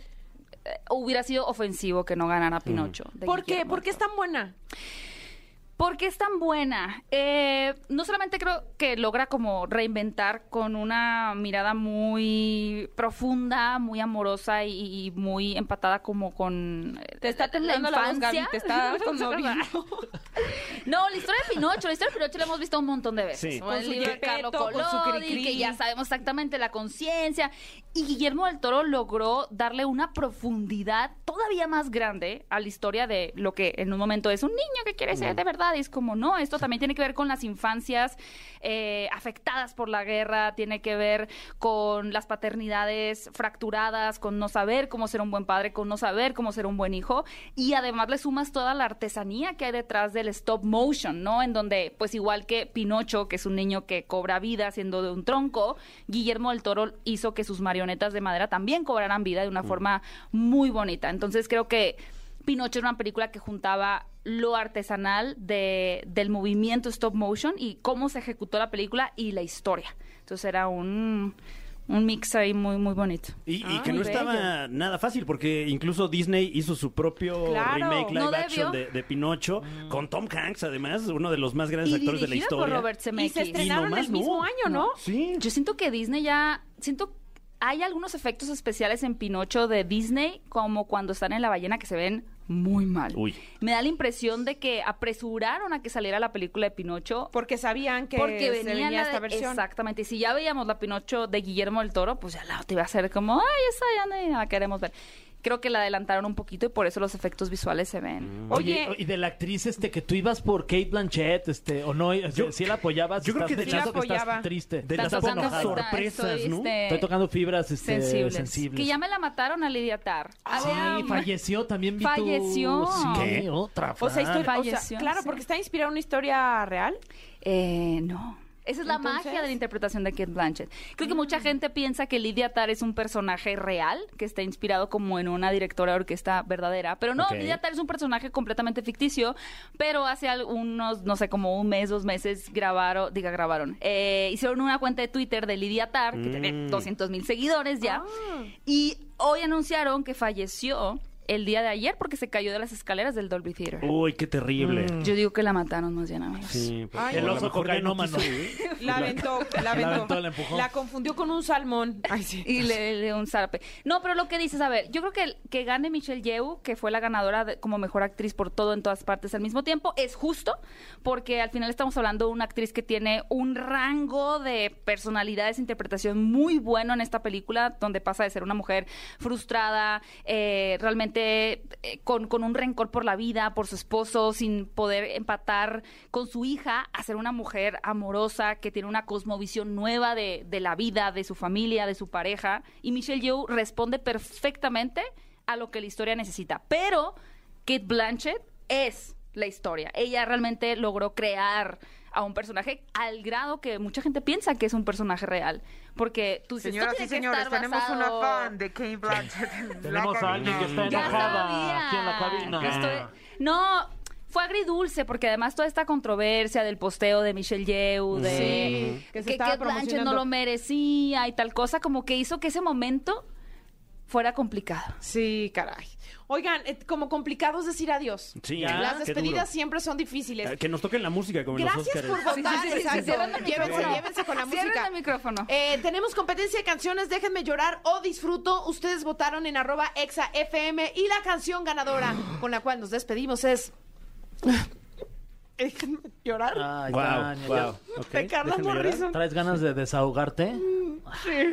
Speaker 7: eh, hubiera sido ofensivo que no ganara Pinocho. de
Speaker 2: ¿Por qué?
Speaker 7: Guillermo
Speaker 2: ¿Por qué
Speaker 7: del
Speaker 2: es tan buena?
Speaker 7: ¿Por qué es tan buena? Eh, no solamente creo que logra como reinventar con una mirada muy profunda, muy amorosa y, y muy empatada como con eh,
Speaker 2: Te está
Speaker 7: la
Speaker 2: temblando la voz,
Speaker 7: infancia.
Speaker 2: Gaby, te
Speaker 7: [LAUGHS]
Speaker 2: está conmoviendo.
Speaker 7: No, la historia de Pinocho, la historia de Pinocho la hemos visto un montón de veces.
Speaker 3: Sí.
Speaker 7: Con
Speaker 2: Con
Speaker 7: el
Speaker 2: su
Speaker 7: libro de
Speaker 2: Gepetto,
Speaker 7: Carlo
Speaker 2: con su
Speaker 7: Collodi,
Speaker 2: Cricri.
Speaker 7: que ya sabemos exactamente la conciencia. Y Guillermo del Toro logró darle una profundidad todavía más grande a la historia de lo que en un momento es un niño que quiere ser de verdad. Y es como, no, esto también tiene que ver con las infancias eh, afectadas por la guerra, tiene que ver con las paternidades fracturadas, con no saber cómo ser un buen padre, con no saber cómo ser un buen hijo. Y además le sumas toda la artesanía que hay detrás del stop motion, ¿no? En donde, pues igual que Pinocho, que es un niño que cobra vida siendo de un tronco, Guillermo del Toro hizo que sus marionetas de madera también cobraran vida de una forma muy bonita. Entonces creo que Pinocho era una película que juntaba lo artesanal de- del movimiento stop motion y cómo se ejecutó la película y la historia. Entonces era un, un mix ahí muy, muy bonito.
Speaker 3: Y, y
Speaker 2: Ah,
Speaker 3: que no
Speaker 7: muy
Speaker 3: estaba nada fácil, porque incluso Disney hizo su propio
Speaker 2: Claro,
Speaker 3: remake live
Speaker 7: no
Speaker 3: action
Speaker 7: debió.
Speaker 3: de, de Pinocho, con Tom Hanks, además, uno de los más grandes
Speaker 7: Y
Speaker 3: actores de la
Speaker 7: dirigida por
Speaker 3: historia.
Speaker 7: Robert
Speaker 2: Y
Speaker 7: Zemeckis.
Speaker 2: se estrenaron
Speaker 3: nomás
Speaker 2: el mismo
Speaker 3: no.
Speaker 2: año, ¿no?
Speaker 3: Sí.
Speaker 7: Yo siento que Disney ya. Siento. Hay algunos efectos especiales en Pinocho de Disney, como cuando están en la ballena que se ven muy mal.
Speaker 3: Uy.
Speaker 7: Me da la impresión de que apresuraron a que saliera la película de Pinocho.
Speaker 2: Porque sabían que
Speaker 7: porque venía,
Speaker 2: se venía
Speaker 7: la
Speaker 2: esta
Speaker 7: de-
Speaker 2: versión.
Speaker 7: Exactamente. Y si ya veíamos la Pinocho de Guillermo del Toro, pues ya la te iba a hacer como, ay, esa ya no la queremos ver. Creo que la adelantaron un poquito y por eso los efectos visuales se
Speaker 2: Mm.
Speaker 7: ven.
Speaker 4: Oye,
Speaker 2: Oye,
Speaker 4: y de la actriz este que tú ibas por Kate Blanchett, este, o no, o sea,
Speaker 3: Yo-
Speaker 4: si la apoyabas,
Speaker 3: yo creo
Speaker 4: estás
Speaker 3: que de
Speaker 4: pensando
Speaker 2: las- Sí la apoyaba.
Speaker 4: estás triste.
Speaker 3: De las
Speaker 7: Está
Speaker 3: pocas
Speaker 7: tocando ahorita,
Speaker 3: sorpresas,
Speaker 7: estoy,
Speaker 3: ¿no?
Speaker 7: este,
Speaker 4: Estoy tocando fibras este, sensibles.
Speaker 7: sensibles. Que ya me la mataron a Lidia Tar.
Speaker 4: Sí,
Speaker 7: Había-
Speaker 4: falleció también. vi tu-
Speaker 7: Falleció.
Speaker 4: Sí, ¿eh?
Speaker 3: ¿Qué?
Speaker 4: otra.
Speaker 2: o sea, historia, o sea,
Speaker 7: falleció,
Speaker 2: claro,
Speaker 7: sí.
Speaker 2: porque está inspirada en una historia real.
Speaker 7: Eh, no. Esa es la
Speaker 2: Entonces-
Speaker 7: magia de la interpretación de Kate Blanchett. Creo que mucha gente piensa que Lydia Tarr es un personaje real, que está inspirado como en una directora de orquesta verdadera. Pero no,
Speaker 3: Ok.
Speaker 7: Lydia Tarr es un personaje completamente ficticio, pero hace algunos, no sé, como un mes, dos meses, grabaron, diga, grabaron. eh, hicieron una cuenta de Twitter de Lydia Tarr, que tiene
Speaker 3: Mm.
Speaker 7: Ah. 200 mil seguidores ya. Y hoy anunciaron que falleció el día de ayer porque se cayó de las escaleras del Dolby Theater.
Speaker 3: Uy, qué terrible.
Speaker 7: Yo digo que la mataron más bien, amigos.
Speaker 3: Oh. Sí, pues,
Speaker 2: Ay,
Speaker 3: el
Speaker 2: no.
Speaker 3: oso cocainómano.
Speaker 2: [LAUGHS] La aventó, la aventó.
Speaker 4: aventó, la empujó.
Speaker 2: confundió con un salmón. Ay, sí.
Speaker 7: Y le, le dio un zarape. No, pero lo que dices, a ver, yo creo que el- que gane Michelle Yeoh, que fue la ganadora de- como mejor actriz por todo en todas partes al mismo tiempo, es justo, porque al final estamos hablando de una actriz que tiene un rango de personalidades, interpretación muy bueno en esta película, donde pasa de ser una mujer frustrada, eh, realmente eh, con, con un rencor por la vida, por su esposo, sin poder empatar con su hija, a ser una mujer amorosa que tiene una cosmovisión nueva de, de la vida, de su familia, de su pareja. Y Michelle Yeoh responde perfectamente a lo que la historia necesita. Pero Kate Blanchett es la historia. Ella realmente logró crear a un personaje al grado que mucha gente piensa que es un personaje real. Porque tú dices,
Speaker 8: Señoras
Speaker 7: "Esto
Speaker 8: y
Speaker 7: tiene que
Speaker 8: señores,
Speaker 7: estar
Speaker 8: tenemos una
Speaker 7: basado-
Speaker 8: fan de Kate Blanchett. en
Speaker 4: Tenemos
Speaker 8: Black
Speaker 4: a alguien que está
Speaker 7: ya
Speaker 4: enojada
Speaker 7: sabía.
Speaker 4: aquí en la
Speaker 7: Ya
Speaker 4: cabina.
Speaker 7: estoy- No, fue agridulce porque además toda esta controversia del posteo de Michelle Yeoh, de
Speaker 2: Sí, que
Speaker 7: que,
Speaker 2: se
Speaker 7: que
Speaker 2: estaba
Speaker 7: Kate Blanchett
Speaker 2: promocionando.
Speaker 7: no lo merecía y tal cosa, como que hizo que ese momento fuera complicado.
Speaker 2: Sí, caray. Oigan, eh, como complicado es decir adiós.
Speaker 3: Sí,
Speaker 4: Ya,
Speaker 2: Las
Speaker 3: qué
Speaker 2: despedidas
Speaker 3: duro.
Speaker 2: siempre son difíciles.
Speaker 3: Ah, Que nos toquen la música como en los
Speaker 2: Gracias
Speaker 3: Óscares.
Speaker 2: por votar.
Speaker 7: Sí, sí, sí, sí,
Speaker 2: exacto.
Speaker 7: cierren el
Speaker 2: llévense,
Speaker 7: micrófono.
Speaker 2: llévense con la
Speaker 7: Cierren
Speaker 2: música.
Speaker 7: el micrófono.
Speaker 2: Eh, tenemos competencia de canciones, déjenme llorar o disfruto. Ustedes votaron en arroba exa FM y la canción ganadora con la cual nos despedimos es... Déjenme llorar.
Speaker 4: Ay,
Speaker 3: Guau,
Speaker 4: Tania,
Speaker 3: guau.
Speaker 4: ya.
Speaker 3: Ok,
Speaker 2: de Carla
Speaker 3: déjenme llorar.
Speaker 2: Morrison.
Speaker 4: ¿Traes ganas de desahogarte?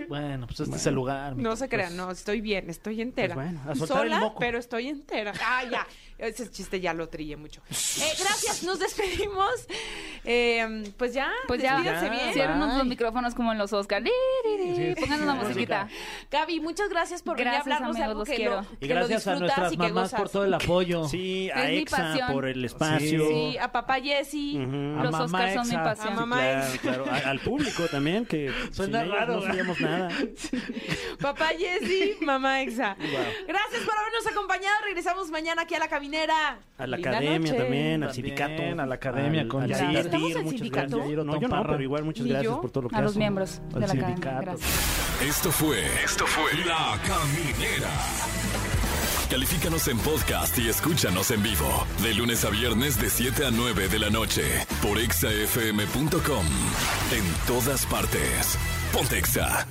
Speaker 4: Bueno, pues este es el lugar. mi
Speaker 2: No
Speaker 4: Cata,
Speaker 2: se crean,
Speaker 4: pues.
Speaker 2: no, estoy bien, estoy entera.
Speaker 3: Pues bueno, a soltar el
Speaker 2: Sola,
Speaker 3: moco.
Speaker 2: pero estoy entera. Ah, ya, ese chiste ya lo trillé mucho. Eh, gracias, nos despedimos. Eh, pues ya,
Speaker 7: Pues ya,
Speaker 2: despídanse bien.
Speaker 7: cierren
Speaker 4: Ay.
Speaker 7: los micrófonos como en los Oscars.
Speaker 4: Sí, sí,
Speaker 7: Pónganos la
Speaker 4: sí,
Speaker 7: musiquita.
Speaker 2: Gaby, muchas gracias por venir a
Speaker 7: Gracias,
Speaker 2: hablarnos de
Speaker 7: amigos,
Speaker 2: algo
Speaker 7: los
Speaker 2: que,
Speaker 7: quiero.
Speaker 2: Lo, que
Speaker 4: Y
Speaker 2: lo
Speaker 4: gracias a
Speaker 2: disfrutas
Speaker 4: nuestras
Speaker 2: y que
Speaker 4: mamás
Speaker 2: gozas.
Speaker 4: por todo el apoyo.
Speaker 3: Sí, a
Speaker 7: Es mi
Speaker 3: EXA
Speaker 7: pasión.
Speaker 3: por el espacio.
Speaker 2: Sí, a papá Jessy.
Speaker 3: Ujú.
Speaker 4: A
Speaker 7: Los
Speaker 4: mamá
Speaker 7: Oscars son mi
Speaker 4: Exa.
Speaker 7: pasión.
Speaker 2: A mamá
Speaker 3: Claro,
Speaker 2: Exa.
Speaker 3: claro. A- Al público también, que
Speaker 4: Suena
Speaker 3: sin ellos
Speaker 4: raro,
Speaker 3: no
Speaker 4: ¿verdad?
Speaker 3: sabíamos nada.
Speaker 2: Papá
Speaker 3: [LAUGHS]
Speaker 2: Jessy, mamá Exa. Gracias por habernos acompañado. Regresamos mañana aquí a la caminera.
Speaker 3: A la
Speaker 2: Linda
Speaker 3: academia
Speaker 2: noche.
Speaker 3: también, al
Speaker 4: También,
Speaker 3: sindicato.
Speaker 4: a la academia
Speaker 3: al-
Speaker 4: con
Speaker 3: al
Speaker 4: Yair.
Speaker 3: Yair,
Speaker 2: ¿Estamos en
Speaker 3: muchas
Speaker 2: sindicato?
Speaker 3: gracias.
Speaker 4: Yair
Speaker 3: No, yo no,
Speaker 4: Otomparra.
Speaker 3: pero igual muchas
Speaker 2: Ni
Speaker 3: gracias
Speaker 2: yo.
Speaker 3: por todo lo que
Speaker 7: A los
Speaker 3: hacen.
Speaker 7: miembros
Speaker 3: Al
Speaker 7: de la cadena.
Speaker 3: sindicato.
Speaker 7: Gracias.
Speaker 1: Esto fue. Esto fue. La Caminera. Califícanos en podcast y escúchanos en vivo. De lunes a viernes de 7 a 9 de la noche. Por exafm.com. En todas partes. Pontexa.